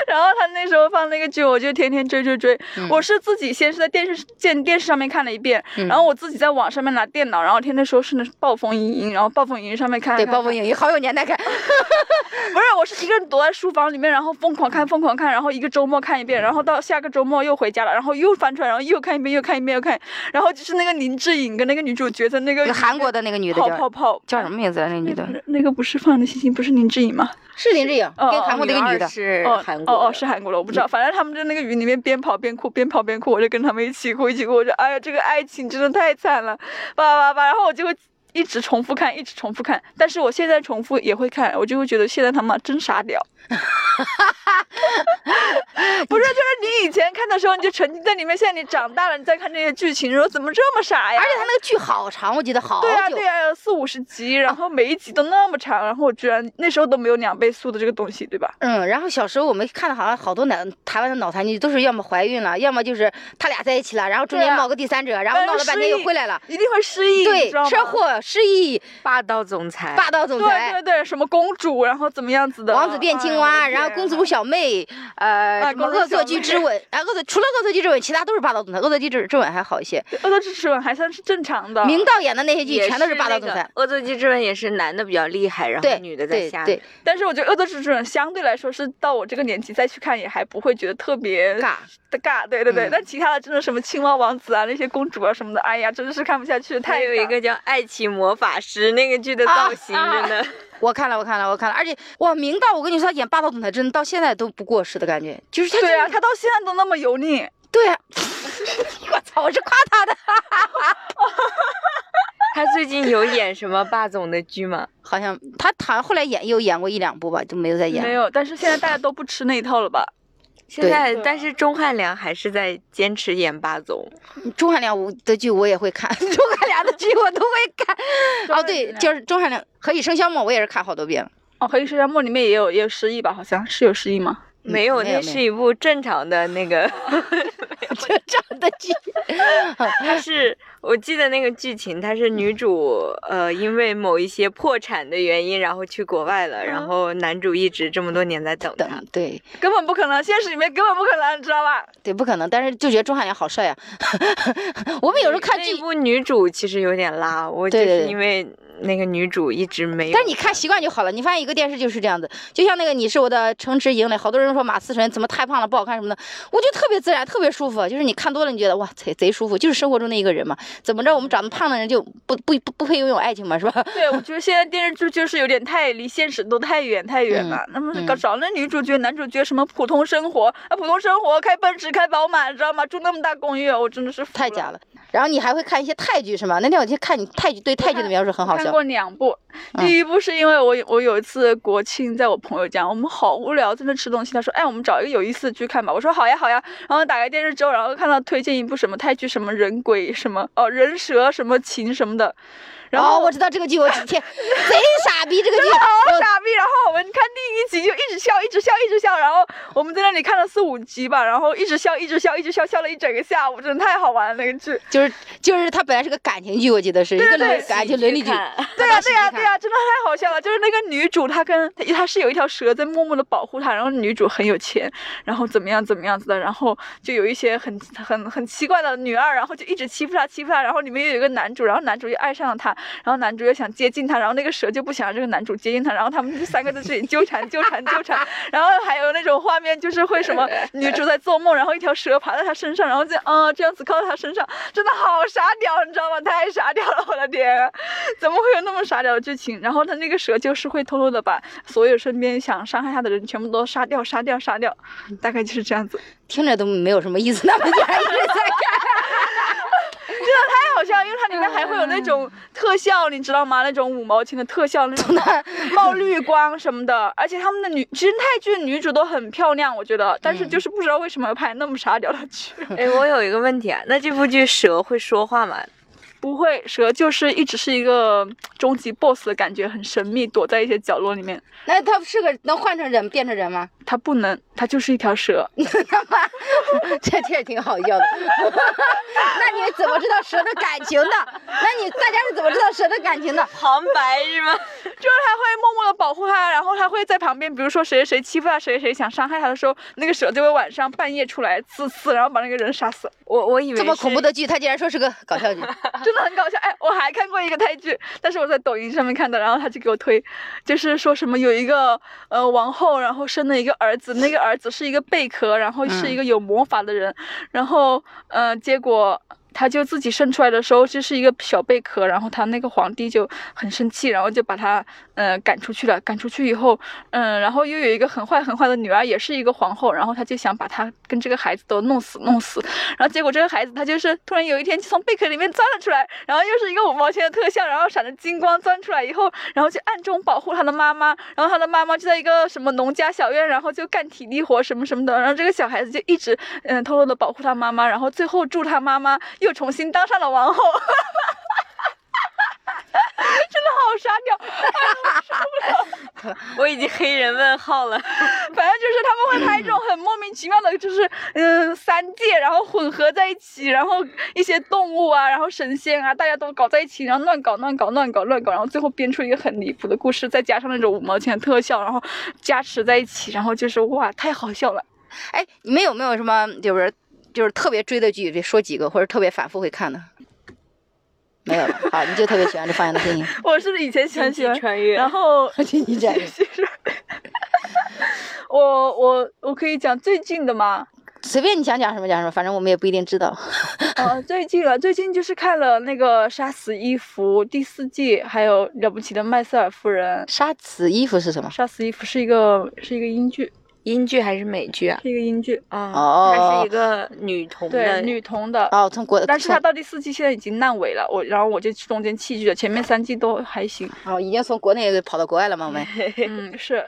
S2: 然后他那时候放那个剧，我就天天追追追。我是自己先是在电视见电视上面看了一遍，
S1: 嗯
S2: 然后我自己在网上面拿电脑，然后天天说是那暴风影音，然后暴风影音上面 看，
S1: 对，
S2: 看
S1: 暴风
S2: 看
S1: 影也好有年代感。
S2: 不是，我是一个人躲在书房里面，然后疯狂看，疯狂看，然后一个周末看一遍，然后到下个周末又回家了，然后又翻出来，然后又看一遍，又看一遍，又看，然后就是那个林志颖跟那个女主角的那个
S1: 那韩国的那个女的
S2: 泡
S1: 叫
S2: 泡泡
S1: 叫什么名字啊？那女的
S2: 那那个不是放的星星，不是林志颖吗？
S1: 是林志颖，
S2: 哦
S1: 跟韩国的一个女
S3: 女
S1: 的
S3: 二。是
S2: 哦
S3: 韩国
S2: 哦哦
S3: 的
S2: 是韩国的，我不知道。反正他们在那个雨里面边跑边哭，边跑边哭，我就跟他们一起哭，一起哭。我就哎呀，这个爱情真的太惨了，叭叭叭。然后我就会一直重复看，一直重复看。但是我现在重复也会看，我就会觉得现在他妈真傻屌。不是，就是你以前看的时候你就沉浸在里面，现在你长大了，你再看这些剧情，你说怎么这么傻呀？
S1: 而且他那个剧好长，我记得好久。
S2: 对啊，对啊，四五十集，然后每一集都那么长，然后我居然那时候都没有两倍速的这个东西，对吧？
S1: 嗯，然后小时候我们看的好像好多奶台湾的脑残剧都是要么怀孕了，要么就是他俩在一起了，然后中
S2: 对
S1: 间
S2: 啊
S1: 冒个第三者，然后
S2: 但是
S1: 闹了半天又
S2: 失忆
S1: 回来了。
S2: 一定会失忆，你
S1: 对，
S2: 知道吗
S1: 车。祸、失忆、
S3: 霸道总裁，
S1: 霸道总
S2: 对对
S1: 裁、
S2: 对，什么公主，然后怎么样子的？
S1: 王子变青蛙，
S2: 哎呀
S1: 然后公主，小妹，呃，
S2: 啊
S1: 什么
S2: 公主
S1: 恶作
S2: 小
S1: 剧
S2: 妹
S1: 之吻，哎，恶作除了恶作剧之吻，其他都是霸道总裁。恶作剧之之吻还好一些，
S2: 我的天恶作剧之吻还算是正常的。
S1: 明道演的那些剧
S3: 也
S1: 全都是霸道
S3: 那
S1: 总
S3: 个
S1: 裁。
S3: 恶作剧之吻也是男的比较厉害，然后
S1: 对，
S3: 女的在下
S1: 对对
S3: 面。
S2: 但是我觉得《恶作剧之吻》相对来说是到我这个年纪再去看，也还不会觉得特别
S1: 尬
S2: 的尬，对对对。
S1: 嗯
S2: 但其他的真的什么青蛙王子啊，那些公主啊什么的，哎呀，真的是看不下去，
S3: 还
S2: 太
S3: 有一
S2: 尬
S3: 个叫《爱情魔法师》那个剧的造型
S1: 啊啊
S3: 真的，
S1: 我看了，我看了，我看了，而且哇，明道，我跟你说，他演霸道总裁真的到现在都不过时的感觉，就是他
S2: 对啊，他到现在都那么油腻，
S1: 对啊，我操，我是夸他的，
S3: 他最近有演什么霸总的剧吗？
S1: 好像他好像后来演又演过一两部吧，就没有再演。
S2: 没有。但是现在大家都不吃那一套了吧？
S3: 现在，
S2: 对
S3: 但是钟汉良还是在坚持演霸总。
S1: 钟汉良的剧我也会看， 钟汉良的剧我 都会看。哦，对，就是钟汉良《何以笙箫默》，我也是看好多遍了。
S2: 哦，《黑水沙漠》里面也有也有失忆吧？好像是有失忆吗？
S1: 嗯
S3: 没有，
S1: 没有
S3: 那是一部正常的那个，
S1: 这这样的剧，
S3: 它是我记得那个剧情，它是
S1: 嗯
S3: 女主呃因为某一些破产的原因，然后去国外了，然
S2: 嗯
S3: 后男主一直这么多年在等她
S1: 等。对
S2: 根本不可能，现实里面根本不可能，你知 道吧？
S1: 对，不可能。但是就觉得钟汉良好帅呀、 我们有时候看
S3: 那
S1: 剧
S3: 一，部女主其实有点拉，我就
S1: 对对
S3: 是
S1: 对
S3: 因为那个女主一直没有。
S1: 但你看习惯就好了。你发现一个电视就是这样子，就像那个《你是我的城池营垒》，好多人说马思纯怎么太胖了不好看什么的，我觉得特别自然，特别舒服。就是你看多了，你觉得哇贼贼舒服，就是生活中的一个人嘛。怎么着，我们长得胖的人就不不不不配拥有爱情嘛，是吧？
S2: 对，我觉得现在电视剧就是有点太离现实都太远太远了。那么搞
S1: 嗯
S2: 找那女主角、男主角什么普通生活啊，普通生活开奔驰开宝马，你知道吗？住那么大公寓，我真的是服
S1: 太假了。然后你还会看一些泰剧是吗？那天我去看你泰剧，对泰剧的描述很好
S2: 看
S1: 笑。
S2: 过两部，
S1: 嗯
S2: 第一部是因为我有我有一次国庆在我朋友家，我们好无聊，在那吃东西。他说：“哎，我们找一个有意思的剧看吧。”我说：“好呀，好呀。”然后打开电视之后，然后看到推荐一部什么泰剧，什么人鬼什么哦人蛇什么情什么的，然后
S1: 哦，我知道这个剧，我天， 贼傻逼这个剧，
S2: 好傻逼！然后我们看第一集就一直笑，一直笑，一直笑，然后我们在那里看了四五集吧，然后一直笑，一直笑，一直笑，笑了一整个下午，真的太好玩了那个剧。
S1: 就是就是它本来是个感情剧，我记得是一个
S2: 对
S1: 伦
S2: 对
S1: 感情伦理
S3: 去
S1: 剧。
S3: 看
S2: 对呀、对呀、对呀、啊真的太好笑了。就是那个女主，她跟她她是有一条蛇在默默的保护她，然后女主很有钱，然后怎么样怎么样子的，然后就有一些很很很奇怪的女二，然后就一直欺负她欺负她，然后里面又有一个男主，然后男主又爱上了她，然后男主又想接近她，然后那个蛇就不想让这个男主接近她，然后他们就三个在这里纠缠纠缠纠缠，然后还有那种画面就是会什么女主在做梦，然后一条蛇爬在她身上，然后就嗯这样子靠在她身上，真的好傻屌，你知道吗？太傻屌了，我的天、怎么会有那么傻屌的剧情？然后他那个蛇就是会偷偷的把所有身边想伤害他的人全部都杀掉，杀掉，杀掉，大概就是这样子。
S1: 听着都没有什么意思，那么竟然一直在看。
S2: 太好笑了，因为它里面还会有那种特效，你知道吗？那种五毛钱的特效，那种冒绿光什么的。而且他们的女，其实泰剧的女主都很漂亮，我觉得，但是就是不知道为什么要拍那么傻屌的剧。
S3: 哎，我有一个问题啊，那这部剧蛇会说话吗？
S2: 不会，蛇就是一直是一个终极 BOSS 的感觉，很神秘，躲在一些角落里面。
S1: 那他是个能换成人变成人吗？
S2: 它不能，它就是一条蛇。
S1: 这这也挺好笑的。 那你怎么知道蛇的感情的？那你大家是怎么知道蛇的感情的？
S3: 旁白是吗？
S2: 就是他会默默的保护他，然后他会在旁边，比如说谁谁谁欺负他，谁谁谁想伤害他的时候，那个蛇就会晚上半夜出来刺刺，然后把那个人杀死，
S3: 我我以为
S1: 这么
S3: 是
S1: 恐怖的剧，他竟然说是个搞笑剧。
S2: 真的很搞笑。哎，我还看过一个泰剧，但是我在抖音上面看的，然后他就给我推，就是说什么有一个呃王后，然后生了一个儿子，那个儿子是一个贝壳，然后是一个有魔法的人，然后呃结果。他就自己生出来的时候就是一个小贝壳，然后他那个皇帝就很生气，然后就把他呃赶出去了。赶出去以后，嗯、然后又有一个很坏很坏的女儿，也是一个皇后，然后他就想把她跟这个孩子都弄死弄死。然后结果这个孩子他就是突然有一天从贝壳里面钻了出来，然后又是一个五毛钱的特效，然后闪着金光钻出来以后，然后就暗中保护他的妈妈，然后他的妈妈就在一个什么农家小院，然后就干体力活什么什么的，然后这个小孩子就一直嗯偷偷的保护他妈妈，然后最后助他妈妈又重新当上了王后。 真的好傻屌，哎
S3: 我已经黑人问 号了。
S2: 反正就是他们会拍这种很莫名其妙的，就是嗯三界，然后混合在一起，然后一些动物啊，然后神仙啊，大家都搞在一起，然后乱搞乱搞乱搞乱搞，然后最后编出一个很离谱的故事，再加上那种五毛钱的特效，然后加持在一起，然后就是哇，太好笑了。
S1: 哎，你们有没有什么就是就是特别追的剧？得说几个，或者特别反复会看的？没 有了，好，你就特别喜欢这方向的电影。
S2: 我是以前很喜欢，
S3: 穿越，
S2: 然 后
S1: 你这样
S2: 我我我可以讲最近的吗？
S1: 随便你想讲什么讲什么，反正我们也不一定知道。
S2: 呃，最近啊，最近就是看了那个《杀死伊芙》第四季，还有《了不起的麦瑟尔夫人》。
S1: 杀死衣服是什么？
S2: 《杀死伊芙》是一个是一个英剧，
S3: 英剧还是美剧啊？
S2: 是一个英剧，
S3: 啊，它
S1: 哦
S3: 是一个女童的
S2: 对，女童的。
S1: 哦，从国，
S2: 但是它
S1: 从
S2: 到第四季现在已经烂尾了，我然后我就中间弃剧了，前面三季都 还行。
S1: 哦，已经从国内跑到国外了吗？我 们
S2: 嗯，是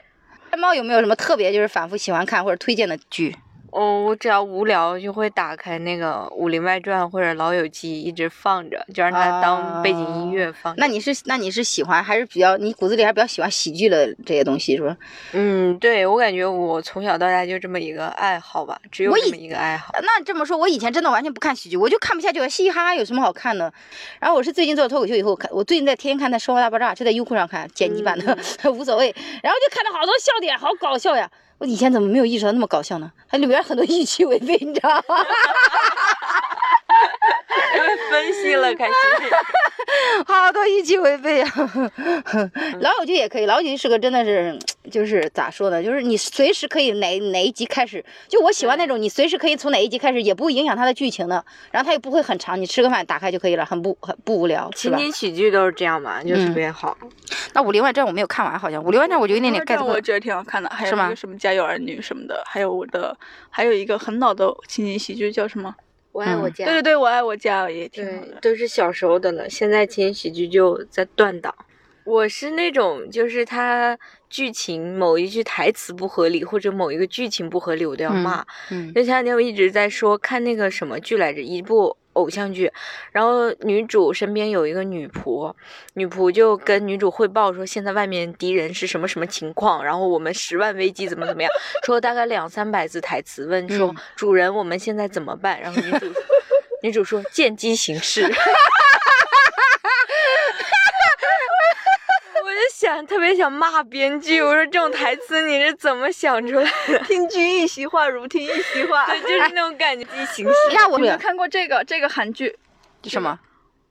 S1: 天猫有没有什么特别就是反复喜欢看或者推荐的剧？
S3: 哦，我只要无聊就会打开那个《武林外传》或者《老友记》，一直放着，就让它当背景音乐放着。
S1: 那你是那你是喜欢还是比较你骨子里还是比较喜欢喜剧的这些东西是不是？
S3: 嗯，对我感觉我从小到大就这么一个爱好吧，只有
S1: 我
S3: 这
S1: 以
S3: 么一个爱好。
S1: 那这么说，我以前真的完全不看喜剧，我就看不下去，嘻嘻哈哈有什么好看的？然后我是最近做了脱口秀以后，看我最近在天天看他《生活大爆炸》，就在优酷上看剪辑版的， 无所谓。然后就看到好多笑点，好搞笑呀！我以前怎么没有意识到那么搞笑呢？它里边很多预期违背，你知道吗？
S3: 分析了，开始。
S1: 好多预期违背啊！ 老友记也可以，老友记是个真的是，就是咋说呢？就是你随时可以哪哪一集开始，就我喜欢那种你随时可以从哪一集开始，也不会影响它的剧情的，然后它也不会很长，你吃个饭打开就可以了，很不很不无聊，是
S3: 情
S1: 吧？
S3: 景喜剧都是这样嘛，就特
S1: 嗯
S3: 别好。
S1: 那《武林外传》我没有看完，好像《武林外传》我就有点点 get
S2: 但
S1: 不
S2: 我
S1: 了。
S2: 觉得挺好看的，还有
S1: 是吗
S2: 一个什么《家有儿女》什么的，还有我的，还有一个很老的情景喜剧叫什么？
S3: 我爱我
S1: 嗯
S3: 家。
S2: 对对对，我爱我家也挺好
S3: 对
S2: 的，。
S3: 都是小时候的了，现在情景喜剧就在断档。我是那种，就是它剧情某一句台词不合理，或者某一个剧情不合理，我都要
S1: 嗯
S3: 骂。
S1: 嗯，
S3: 就前两天我一直在说看那个什么剧来着，一部偶像剧，然后女主身边有一个女仆，女仆就跟女主汇报说现在外面敌人是什么什么情况，然后我们十万危机怎么怎么样，说了大概两三百字台词，问说、
S1: 嗯
S3: 主人我们现在怎么办，然后女主女主说见机行事。 我就想特别想骂编剧，我说这种台词你是怎么想出来的？
S2: 听君一席话，如听一席 话。
S3: 对，就是那种感觉，机行事。
S1: 那我
S2: 你们看过这个这个韩剧
S1: 什么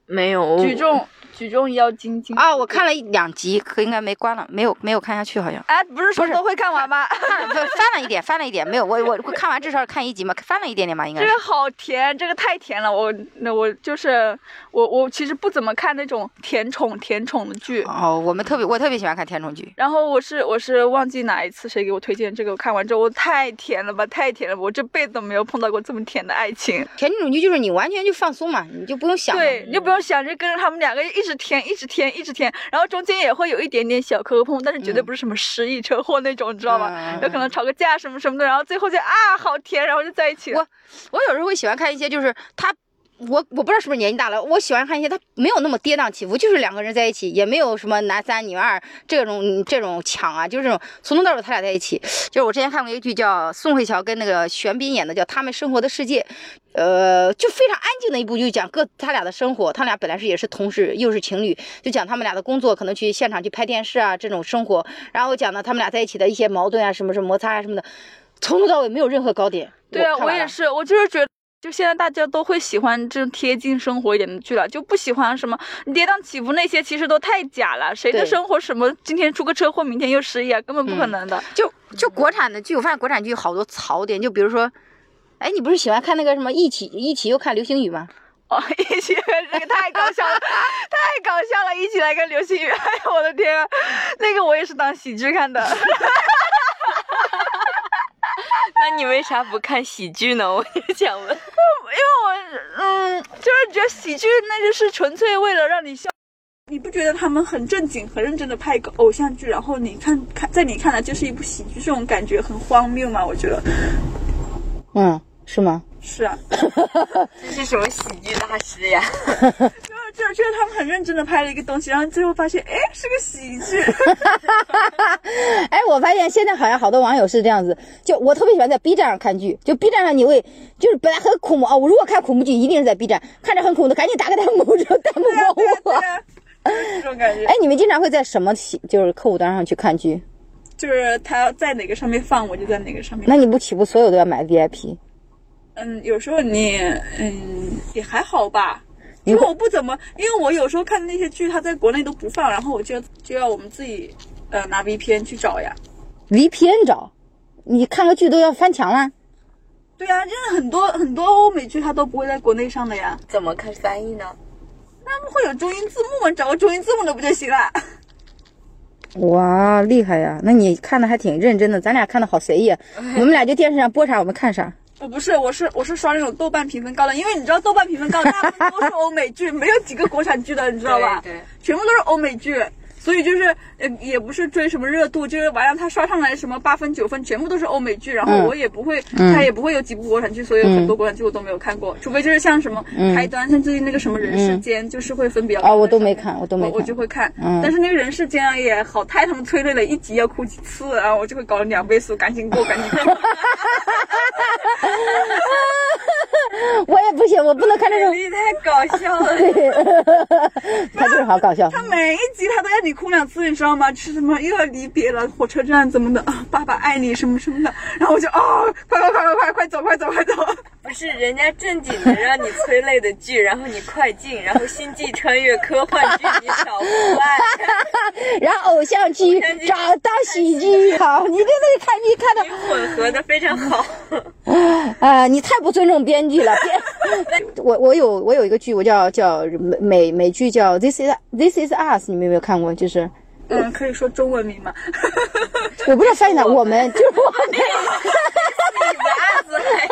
S3: 没有
S2: 《举重举重妖精精》
S1: 嗯啊？我看了一两集，可应该没关了，没有没有看下去， 好像
S2: 哎，不是说
S1: 不是
S2: 都会看完吗？
S1: 看了翻了一点，翻了一点，没有我我我看完至少看一集嘛，翻了一点点嘛，应该
S2: 这
S1: 是。
S2: 个好甜，这个太甜了。我那我就是我我其实不怎么看那种甜宠甜宠的剧。
S1: 哦，我们特别我特别喜欢看甜宠剧，
S2: 然后我是我是忘记哪一次谁给我推荐这个，我看完之后我太甜了吧，太甜了吧！我这辈子都没有碰到过这么甜的 爱情。
S1: 甜宠剧就是你完全就放松嘛，你就不用想了。
S2: 对，你就不用想着跟着他们两个一直甜，一直甜，一直甜，然后中间也会有一点点小磕碰，但是绝对
S1: 嗯
S2: 不是什么失忆车祸那种，你知道吗？
S1: 嗯
S2: 有可能吵个架什么什么的，然后最后就啊好甜，然后就在一起了。
S1: 我有时候会喜欢看一些，就是他，我我不知道是不是年纪大了，我喜欢看一些他没有那么跌宕起伏，就是两个人在一起，也没有什么男三女二这种这种抢啊，就是这种从头到尾他俩在一起。就是我之前看过一个剧叫宋慧乔跟那个玄彬演的，叫《他们生活的世界》。呃，就非常安静的一部剧，讲各他俩的生活。他俩本来是也是同事，又是情侣，就讲他们俩的工作，可能去现场去拍电视啊这种生活，然后讲到他们俩在一起的一些矛盾啊，什么什么摩擦啊什么的，从头到尾没有任何高点。
S2: 对啊，
S1: 看
S2: 我
S1: 完
S2: 也
S1: 了
S2: 是，我就是觉得。就现在大家都会喜欢这种贴近生活一点的剧了，就不喜欢什么跌宕起伏那些，其实都太假了。谁的
S1: 对
S2: 生活什么今天出个车祸，明天又失忆啊，根本不可
S1: 嗯
S2: 能的。
S1: 就就
S2: 嗯
S1: 国产的剧，我发现国产剧有好多槽点，就比如说，哎，你不是喜欢看那个什么一起一起又看流星雨吗？
S2: 哦， 一起这个太搞笑了，太搞笑了！一起来跟流 星雨，哎呦我的天、啊，那个我也是当喜剧看的。
S3: 那你为啥不看喜剧呢？ 我就想问。
S2: 因为我嗯，就是觉得喜剧那就是纯粹为了让你笑。你不觉得他们很正经、很认真的拍一个偶像剧，然后你看看，在你看来就是一部喜剧，这种感觉很荒谬吗？我觉得
S1: 嗯，是吗？
S2: 是啊，
S3: 这是什么喜剧大师呀？
S2: 就是就是就是他们很认真的拍了一个东西，然后最后发现，哎，是个喜剧。
S1: 哎，我发现现在好像好多网友是这样子，就我特别喜欢在 B 站上看剧，就 B 站上你会就是本来很恐怖啊，我如果看恐怖剧一定是在 B 站，看着很恐怖的赶紧打开弹幕，然后弹幕
S2: 对啊对啊
S1: 帮我。
S2: 对啊就是这种 感觉。
S1: 哎，你们经常会在什么喜就是客户端上去看剧？
S2: 就是他在哪个上面放，我就在哪个上面。
S1: 那你不岂不所有都要买 VIP？
S2: 嗯，有时候你嗯也还好吧，
S1: 你
S2: 因为
S1: 会
S2: 我不怎么，因为我有时候看那些剧，它在国内都不放，然后我就就要我们自己呃拿 VPN 去找呀。
S1: VPN 找，你看个剧都要翻墙啦。
S2: 对呀、真的很多很多欧美剧它都不会在国内上的呀，
S3: 怎么看翻译呢？
S2: 他们会有中英字幕，你找个中英字幕的不就行了？
S1: 哇，厉害呀！那你看的还挺认真的，咱俩看的好随意啊。
S2: 哎
S1: 我们俩就电视上播啥我们看啥。
S2: 我哦不是，我是我是刷那种豆瓣评分高的，因为你知道豆瓣评分高的大部分都是欧美剧，没有几个国产剧的，你知道吧？
S3: 对对
S2: 全部都是欧美剧，所以就是呃也不是追什么热度，就是完了他刷上来什么八分九分，全部都是欧美剧，然后
S1: 嗯
S2: 我也不会，
S1: 嗯
S2: 他也不会有几部国产剧，所以很多国产剧我都没有看过，除非就是像什么
S1: 嗯
S2: 开端，像最近那个什么人世
S1: 嗯
S2: 间，就是会分比较
S1: 哦，我
S2: 高的
S1: 都没
S2: 上面。
S1: 看，我都没
S2: 哎我
S1: 看。
S2: 我就会看，
S1: 嗯
S2: 但是那个人世间啊也好太他们催泪了，一集要哭几次，然后我就会搞两倍速，赶紧过，赶 紧
S1: 哦
S2: 过。
S1: 我也不行，我不能看这种。
S2: 你 太搞笑了。
S1: 他就是好搞笑。
S2: 他每一集他都要你哭两次，你知道吗？就是什么又要离别了，火车站怎么的 啊，爸爸爱你什么什么的，然后我就哦，快快快快快快走快走快走，
S3: 不是人家正经的让你催泪的剧，然后你快进，然后星际穿越科幻剧你找不完。
S1: 然后偶像剧
S3: 像剧
S1: 找到喜剧好，你真的是看剧看的，
S3: 混合的非常好。
S1: 啊、你太不尊重编 剧了。编我我有我有一个剧，我叫叫美美美剧叫《This is This is Us》，你们有没有看过？就是
S2: 嗯，可以说中文名吗？
S1: 我不知道翻译哪，我们就是我们。
S3: 你的案子还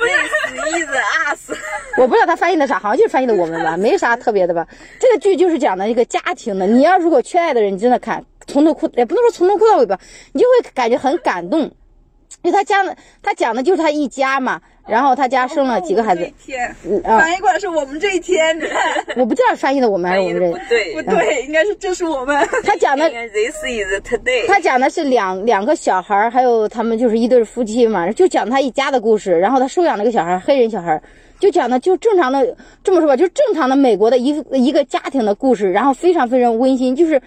S3: 累死意思啊死！
S1: 我不知道他翻译的啥，好像就是翻译的我们 吧，没啥特别的吧。这个剧就是讲的一个家庭的，你要如果缺爱的人，你真的看从头哭，也不能说从头哭到尾吧，你就会感觉很感动，因为他家的他讲的就是他一家嘛，然后他家生了几个孩
S2: 我
S1: 子
S2: 们，这一天
S1: 嗯啊，
S2: 翻译过来是我们这一天，你看
S1: 我不知道翻译的我们还是我们这
S3: 不。 对
S2: 不，对，应该是这是我们。
S1: 他讲的
S3: 应该 this is today。
S1: 他讲的是两两个小孩儿，还有他们就是一对夫妻嘛，就讲他一家的故事。然后他收养了一个小孩儿，黑人小孩儿，就讲的就正常的这么说吧，就正常的美国的一个一个家庭的故事，然后非常非常温馨，就是。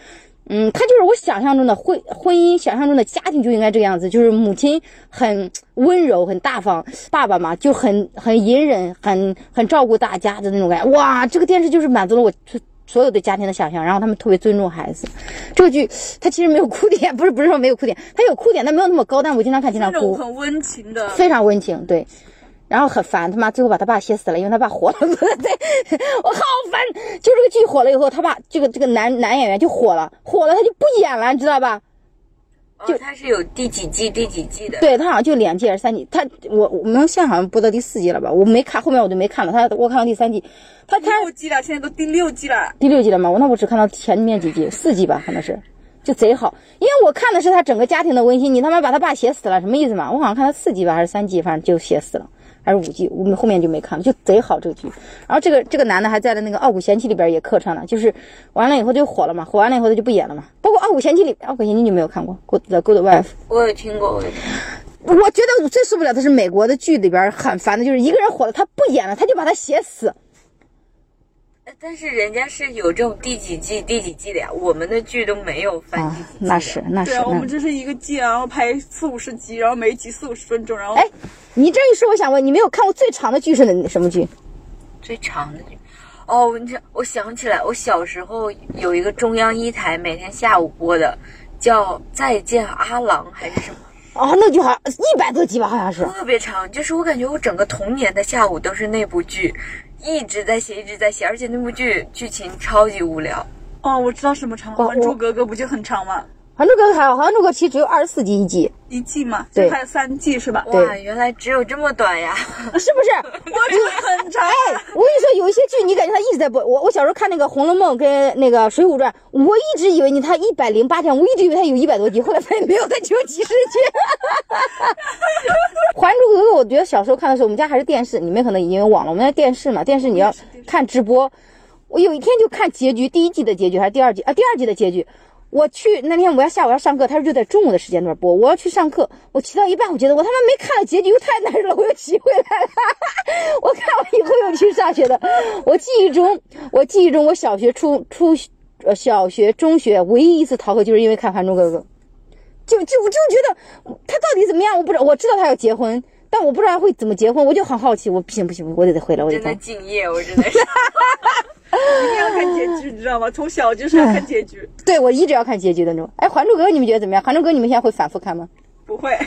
S1: 嗯，他就是我想象中的婚婚姻，想象中的家庭就应该这个样子，就是母亲很温柔、很大方，爸爸嘛就很很隐忍、很很照顾大家的那种感觉。哇，这个电视就是满足了我所所有对家庭的想象，然后他们特别尊重孩子。这个剧它其实没有哭点，不是不是说没有哭点，它有哭点，但没有那么高。但我经常看，经常
S2: 那种
S1: 哭，
S2: 很温情的，
S1: 非常温情，对。然后很烦，他妈最后把他爸写死了，因为他爸火了。 对对，我好烦！就这个剧火了以后，他爸这个这个男男演员就火了，火了他就不演了，你知道吧？
S3: 哦，他是有第几季第几季的。
S1: 对他好像就两季还是三季，他我我们现在好像播到第四季了吧？我没看，后面我就没看了。他我看到第三季，他他
S2: 六季了，现在都第六季了。
S1: 第六季了吗？我那我只看到前面几季，四季吧，可能是，就贼好。因为我看的是他整个家庭的温馨，你他妈把他爸写死了，什么意思嘛？我好像看他四季吧，还是三季，反正就写死了，还是五季，我们后面就没看了，就贼好这个剧。然后这个这个男的还在的那个《傲骨贤妻》里边也客串了，就是完了以后就火了嘛，火完了以后他就不演了嘛。包括《傲骨贤妻》里，《傲骨贤妻》你没有看过《Good The Good Wife》？
S3: 我有听过，我有听过
S1: 我觉得我最受不了的是美国的剧里边很烦的，就是一个人火了，他不演了，他就把他写死。
S3: 呃但是人家是有这种第几季第几季的呀，我们的剧都没有翻
S1: 啊
S3: 第几，季的。
S1: 那是那是。
S2: 对啊，我
S1: 那
S2: 们这是一个季，然后拍四五十集，然后每一集四五十分钟，然后
S1: 哎，你这一说，我想问，你没有看过最长的剧是哪什么剧？
S3: 最长的剧。哦，你知道，我想起来，我小时候有一个中央一台每天下午播的，叫《再见阿郎》还是什么？
S1: 啊，那就好一百多集吧，好像是。
S3: 特别长，就是我感觉我整个童年的下午都是那部剧，一直在写，一直在写，而且那部剧剧情超级无聊。
S2: 哦，我知道什么长，
S1: 哦
S2: 《还珠
S1: 我
S2: 格格》不就很长吗？
S1: 还珠格格还好，还珠格格其实只有二十四集一季，
S2: 一季嘛，
S1: 对
S2: 就拍了三季是吧？
S3: 哇，原来只有这么短呀！
S1: 是 不是？
S2: 我觉得很长。
S1: 我跟你说，有一些剧你感觉它一直在播。我我小时候看那个《红楼梦》跟那个《水浒传》，我一直以为你它一百零八天，我一直以为它有一百多集，后来发现没有，它只有几十集。 《还珠格格》，我觉得小时候看的时候，我们家还是电视，你们可能已经有网了。我们家电视嘛，电视你要看直播。我有一天就看结局，第一季的结局还是第二季啊？第二季的结局。我去那天我要下午要上课，他说就在中午的时间段播。我要去上课，我骑到一半，我觉得我他妈没看了结局，又太难受了，我又骑回来了。 我看完以后又去上学的。我记忆中，我记忆中，我小学、初初呃小学、中学唯一一次逃课，就是因为看《还珠格格》，就就就觉得他到底怎么样，我不知道。我知道他要结婚，但我不知道他会怎么结婚，我就很好奇。我不行不行，我得回来，我得
S3: 真的
S1: 看。
S3: 敬业，我真的是。
S2: 一定要看结局，你知道吗？从小就是要看结局，
S1: 对，我一直要看结局的那种。哎，《还珠格格》你们觉得怎么样？《还珠格格》你们现在会反复看吗？
S2: 不会。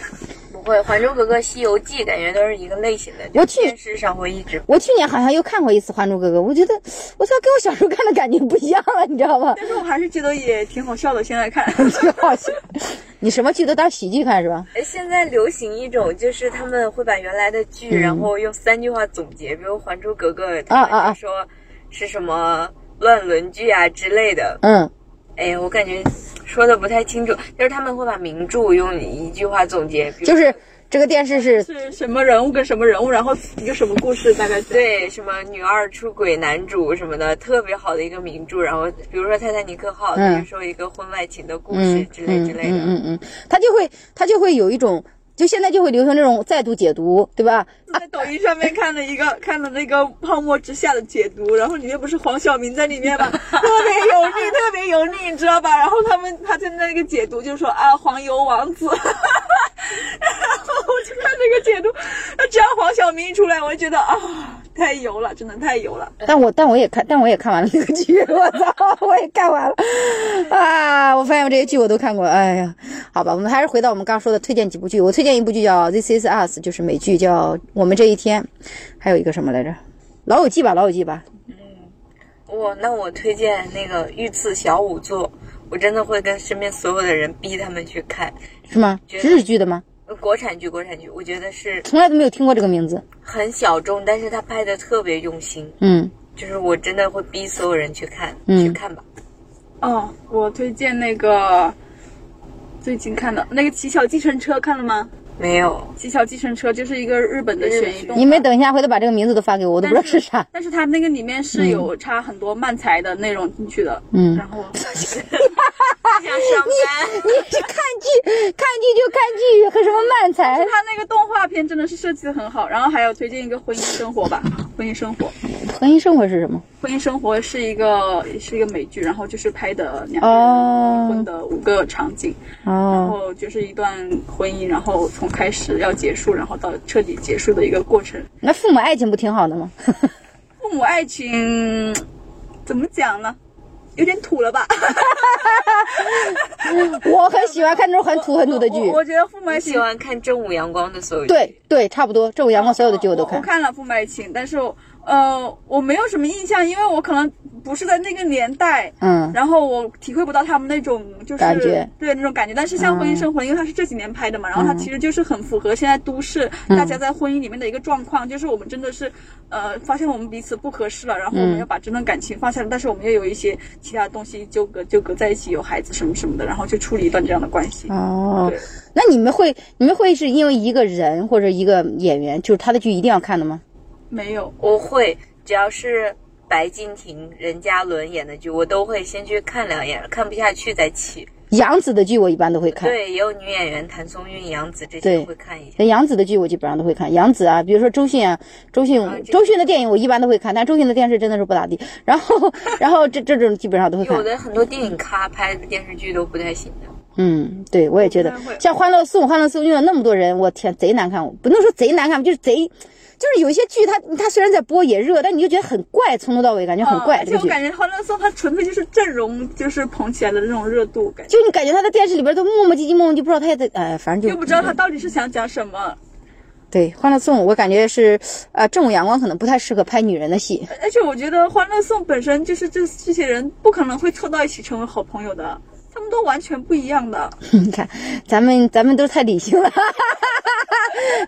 S3: 不会，《还珠格格》《西游记》感觉都是一个类型的，就
S1: 我去
S3: 电视上会一直
S1: 我去年好像又看过一次《还珠格格》，我觉得我操，跟我小时候看的感觉不一样了，你知道吗？
S2: 但是我还是觉得也挺好笑的，现在看。
S1: 就好笑。你什么剧都当喜剧看是吧？
S3: 哎，现在流行一
S1: 嗯
S3: 种，就是他们会把原来的剧，然后用三句话总结，比如《还珠格格》，他
S1: 啊啊
S3: 们就说是什么乱伦剧啊之类的。
S1: 嗯，
S3: 哎，我感觉说的不太清楚，就是他们会把名著用一句话总结，比如
S1: 就是这个电视是
S2: 是什么人物跟什么人物，然后一个什么故事，大概是。
S3: 对什么女二出轨男主什么的，特别好的一个名著。然后比如说《泰坦尼克号》，
S1: 嗯
S3: 他就说一个婚外情的故事
S1: 嗯
S3: 之类之类的。
S1: 嗯嗯嗯，他就会他就会有一种，就现在就会流行这种再度解读，对吧？
S2: 在抖音上面看了一个看了那个《泡沫之夏》的解读，然后里面不是黄晓明在里面嘛，特别油腻，特别油腻，你知道吧？然后他们他就那个解读就说啊黄油王子，然后我就看这个解读，只要黄晓明一出来，我就觉得啊太油了，真的太油了。
S1: 但我但我也看，但我也看完了那个剧， 我操，我也看完了啊！我发现我这些剧我都看过，哎呀，好吧，我们还是回到我们刚说的推荐几部剧，我推荐一部剧叫《This Is Us》，就是美剧叫《我们这一天》，还有一个什么来着，《老友记》吧，《老友记》吧，嗯
S3: 我那我推荐那个《御赐小仵作》，我真的会跟身边所有的人逼他们去看。
S1: 是吗？
S3: 觉得
S1: 是日剧的吗？
S3: 呃国产剧，国产剧，我觉得是
S1: 从来都没有听过这个名字，
S3: 很小众，但是他拍的特别用心，
S1: 嗯
S3: 就是我真的会逼所有人去看，
S1: 嗯
S3: 去看吧。
S2: 哦，我推荐那个最近看的那个《乞巧计程车》，看了吗？
S3: 没有，
S2: 《乞巧计程车》就是一个日本的悬疑动画。
S1: 你们等一下回头把这个名字都发给我，我都不知道是啥，
S2: 但是它那个里面是有插很多漫才的内容进去的，
S1: 嗯
S2: 然后
S3: 不想上班。
S1: 你是看剧，看剧就看剧，和什么漫才？
S2: 哎 它那个动画片真的是设计的很好，然后还有推荐一个婚姻生活吧，婚姻生活，
S1: 婚姻生活是什么？
S2: 婚姻生活是一个是一个美剧，然后就是拍的两个
S1: 哦
S2: 人离婚的五个场景，然
S1: 哦，
S2: 后就是一段婚姻，然后从开始要结束，然后到彻底结束的一个过程。
S1: 那父母爱情不挺好的吗？
S2: 父母爱情怎么讲呢？有点土了吧？
S1: 我很喜欢看这种很土很土的剧
S2: 我。我觉得父母爱
S3: 我
S2: 情
S3: 喜欢看正午阳光的所有剧，
S1: 对对，差不多。这种阳光所有的剧我都
S2: 我
S1: 看。
S2: 看了《父母爱情》，但是我呃，我没有什么印象，因为我可能不是在那个年代，
S1: 嗯，
S2: 然后我体会不到他们那种就是
S1: 感觉嗯
S2: 对那种感觉。但是像《婚姻生活》，因为它是这几年拍的嘛，然后它其实就是很符合现在都市
S1: 嗯
S2: 大家在婚姻里面的一个状况，就是我们真的是呃发现我们彼此不合适了，然后我们
S1: 嗯
S2: 要把这段感情放下了，但是我们又有一些其他东西纠葛纠葛在一起，有孩子什么什么的，然后去处理一段这样的关系。
S1: 哦
S2: 对，
S1: 那你们会你们会是因为一个人或者一个演员，就是他的剧一定要看的吗？
S2: 没有，
S3: 我会只要是。白敬亭、任嘉伦演的剧，我都会先去看两眼，看不下去再弃。
S1: 杨紫的剧我一般都会看。
S3: 对，也有女演员谭松韵、杨紫这
S1: 对
S3: 些会看一下。
S1: 那杨紫的剧我基本上都会看，杨紫啊，比如说周迅啊，周迅
S3: 啊，这
S1: 周迅的电影我一般都会看，但周迅的电视真的是不咋地。然后，然后这这种基本上都会看
S3: 有。的很多电影咖拍的电视剧都不太行的。
S1: 嗯，对，我也觉得
S2: 不太会
S1: 像《欢乐颂》，《欢乐颂》用了那么多人，我天，贼难看。我不能说贼难看，就是贼就是有一些剧它，它虽然在播也热，但你就觉得很怪，从头到尾感觉很怪。
S2: 嗯
S1: 这
S2: 而且
S1: 个
S2: 我
S1: 剧，
S2: 啊感觉《欢乐颂》它纯粹就是阵容就是捧起来的那种热度感觉，
S1: 就你感觉他在电视里边都磨磨唧唧，磨磨唧，不知道他在哎，反 正就嗯
S2: 又不知道他到底是想讲什么。
S1: 对《欢乐颂》，我感觉是呃，正午阳光可能不太适合拍女人的戏。
S2: 而且我觉得《欢乐颂》本身就是这这些人不可能会凑到一起成为好朋友的，他们都完全不一样的。
S1: 你看，咱们咱们都太理性了，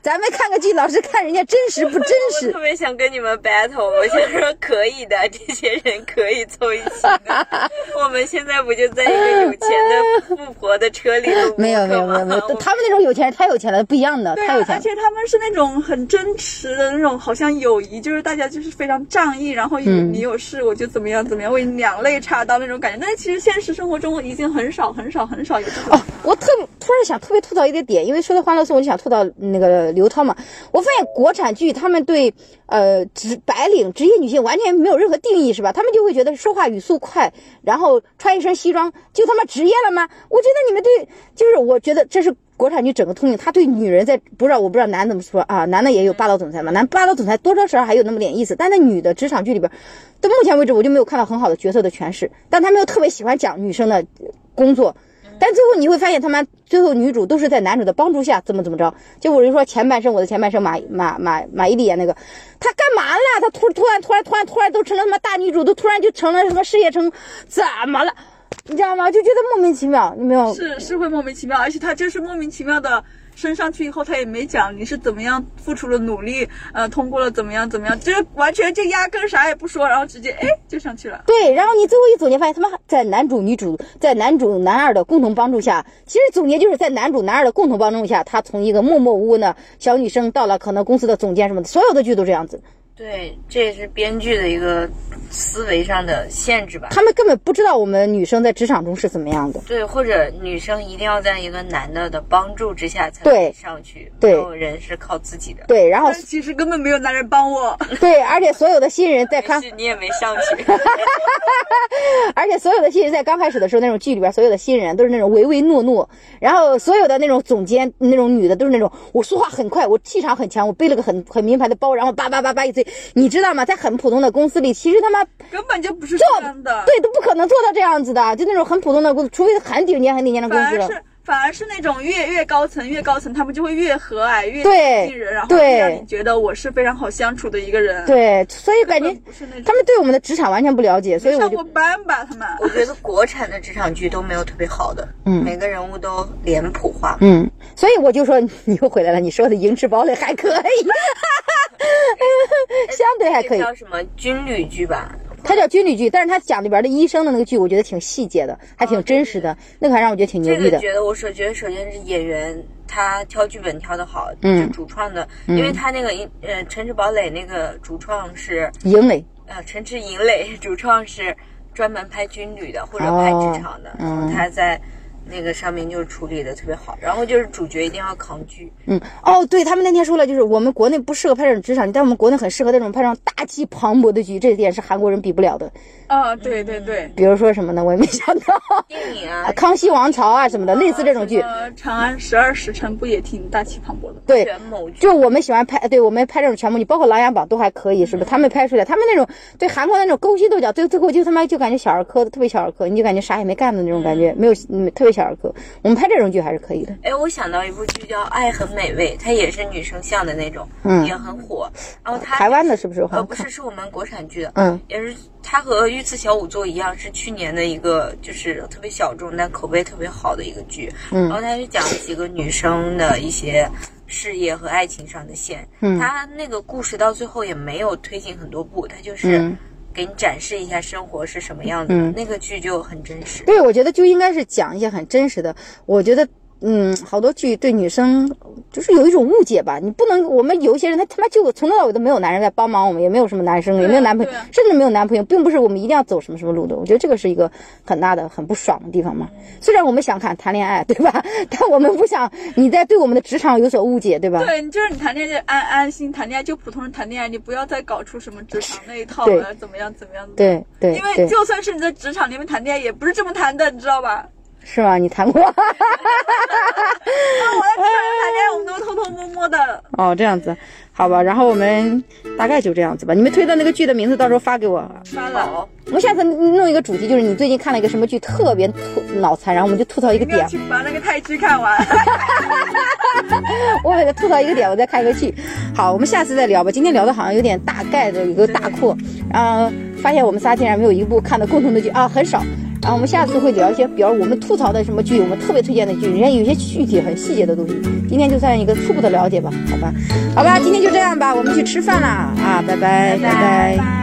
S1: 咱们看个剧老是看人家真实不真
S3: 我
S1: 实
S3: 特。别想跟你们 battle，我想说可以的，这些人 可以凑一起的。 我们现在不就在一个有钱的富婆的车里录播客吗
S1: 没有没有没有没有
S3: 我，们
S1: 他们那种有钱人太有钱了，不一样的，
S2: 对
S1: 太
S2: 啊
S1: 有，钱
S2: 而
S1: 了。
S2: 且他们是那种很真实的那种，好像友谊，就是大家就是非常仗义，然后有
S1: 嗯
S2: 你有事我就怎么样怎么样，为你两肋插刀那种感觉。但是其实现实生活中已经很少很少很少有这种。
S1: 哦，我特别突然想特别吐槽一个点，因为说到《欢乐颂》，我就想吐槽那个刘涛嘛。我发现国产剧他们对呃职白领职业女性完全没有任何定义，是吧？他们就会觉得说话语速快，然后穿一身西装就他妈职业了吗？我觉得你们对，就是我觉得这是。国产剧整个通病，他对女人在不知道我不知道男怎么说啊，男的也有霸道总裁嘛，男霸道总裁多多少少还有那么点意思，但在女的职场剧里边，到目前为止我就没有看到很好的角色的诠释，但他们又特别喜欢讲女生的工作，但最后你会发现，他们最后女主都是在男主的帮助下怎么怎么着。就我就说前半生我的前半生马马马马伊琍演那个，她干嘛了？她突突然突然突然突然都成了什么大女主，都突然就成了什么事业成，怎么了？你知道吗？就觉得莫名其妙，你没有
S2: 是是会莫名其妙，而且他就是莫名其妙的升上去以后，他也没讲你是怎么样付出了努力，呃，通过了怎么样怎么样，就是完全就压根啥也不说，然后直接哎就上去了。
S1: 对，然后你最后一总结发现，他们在男主、女主、在男主、男二的共同帮助下，其实总结就是在男主、男二的共同帮助下，她从一个默默无闻的小女生到了可能公司的总监什么的，所有的剧都这样子。
S3: 对，这也是编剧的一个思维上的限制吧。
S1: 他们根本不知道我们女生在职场中是怎么样的。
S3: 对，或者女生一定要在一个男的的帮助之下才
S1: 对
S3: 能上去，
S1: 对
S3: 没有人是靠自己的。
S1: 对，然后
S2: 但其实根本没有男人帮我，
S1: 对，而且所有的新人在
S3: 但
S1: 刚，
S3: 是你也没上去，
S1: 而且所有的新人在刚开始的时候，那种剧里边所有的新人都是那种唯唯诺诺，然
S2: 嗯
S1: 后所有的那种总监那种女的都是那种我说话很快，我气场很强，我背了个很很名牌的包，然后叭叭叭叭一堆，你知道吗？在很普通的公司里，其实他妈
S2: 根本就不是这样的。
S1: 对都不可能做到这样子的，就那种很普通的公司，除非很顶尖很顶尖的公
S2: 反
S1: 司
S2: 而
S1: 了。
S2: 是反而是那种越越高层越高层，他们就会越和蔼越
S1: 对
S2: 亲近人，然后
S1: 对
S2: 越让你觉得我是非常好相处的一个人。，
S1: 对，所以感觉
S2: 不是那
S1: 他
S2: 种
S1: 们对我们的职场完全不了解，所以我
S2: 上
S1: 就
S2: 过班吧，他们。
S3: 我觉得国产的职场剧都没有特别好的，
S1: 嗯
S3: 每个人物都脸谱化。
S1: 嗯，所以我就说你又回来了，你说的《银翅堡垒》还可以， 相对还可以
S3: 这。叫什么军旅剧吧？
S1: 它叫军旅剧，但是它讲里边的医生的那个剧，我觉得挺细节的，还挺真实的，那个还让我觉得挺牛
S3: 这
S1: 逼
S3: 个
S1: 的。
S3: 觉得我首觉得首先是演员他挑剧本挑的好，
S1: 嗯
S3: 就主创的，因为他那个呃《城市堡垒》那个主创是
S1: 营垒，
S3: 呃陈志银磊，主创是专门拍军旅的或者拍职场的，
S1: 哦
S3: 然
S1: 嗯
S3: 后他在那个上面就处理的特别好，然后就是主角一定要扛剧，
S1: 嗯，哦，对他们那天说了，就是我们国内不适合拍这种职场剧，但我们国内很适合那种拍上大气磅礴的剧，这一点是韩国人比不了的。
S2: 啊，对对对，
S1: 比如说什么呢？我也没想到，
S3: 电影
S1: 啊
S3: 啊，
S1: 康熙王朝啊什么的，类似这种剧。
S2: 呃，《长安十二时辰》不也挺大气磅礴的吗？
S1: 对，
S3: 权谋剧，
S1: 就我们喜欢拍，对我们拍这种全部，你包括《琅琊榜》都还可以，是
S3: 嗯
S1: 不是？他们拍出来，他们那种对韩国那种勾心斗角，最最后就他妈就感觉小儿科的，特别小儿科，你就感觉啥也没干的那种感觉，没有嗯特别小儿科。我们拍这种剧还是可以的。
S3: 哎，我想到一部剧叫《爱很美味》，它也是女生向的那种，
S1: 嗯
S3: 也很火。然后它
S1: 台湾的是不是？我好
S3: 呃
S1: 像
S3: 不
S1: 看
S3: 是，，是我们国产剧的，
S1: 嗯
S3: 也是它和《御赐小仵作》一样，是去年的一个就是特别小众但口碑特别好的一个剧。然
S1: 嗯
S3: 后它就讲几个女生的一些事业和爱情上的线。
S1: 嗯
S3: 它那个故事到最后也没有推进很多步，它就是
S1: 嗯，
S3: 给你展示一下生活是什么样子的。
S1: 嗯
S3: 那个剧就很真实。
S1: 对，我觉得就应该是讲一些很真实的。我觉得，嗯，好多剧对女生就是有一种误解吧，你不能，我们有一些人他他妈就从头到尾都没有男人在帮忙我们，也没有什么男生，也没有男朋友
S2: 对啊，
S1: 甚至没有男朋友，并不是我们一定要走什么什么路的。我觉得这个是一个很大的、很不爽的地方
S2: 嗯
S1: 嘛。虽然我们想看谈恋爱，对吧？ 但我们不想你在对我们的职场有所误解，对吧？
S2: 对，你就是你谈恋爱就安安心谈恋爱，就普通人谈恋爱，你不要再搞出什么职场那一套
S1: 对
S2: 了，怎么样怎么样。，
S1: 对对
S2: 因为
S1: 对，
S2: 就算是你在职场里面谈恋爱，也不是这么谈的，你知道吧？
S1: 是吗？你谈过？
S2: 啊，我在职场上谈恋爱，我们都偷偷摸摸的。
S1: 哦，这样子。好吧，然后我们大概就这样子吧。你们推的那个剧的名字到时候发给我，
S2: 发了，
S1: 我们下次弄一个主题，就是你最近看了一个什么剧特别吐脑残，然后我们就吐槽一个
S2: 一定要
S1: 点，
S2: 去把那个泰剧看完。
S1: 我给他吐槽一个点，我再开个剧。好，我们下次再聊吧。今天聊的好像有点大概的一个大阔，啊、发现我们仨竟然没有一部看的共同的剧啊，很少。然后我们下次会聊一些，比如我们吐槽的什么剧，我们特别推荐的剧，人家有一些具体很细节的东西。今天就算一个初步的了解吧，好吧，好吧，今天就这样吧，我们去吃饭啦啊，拜拜拜拜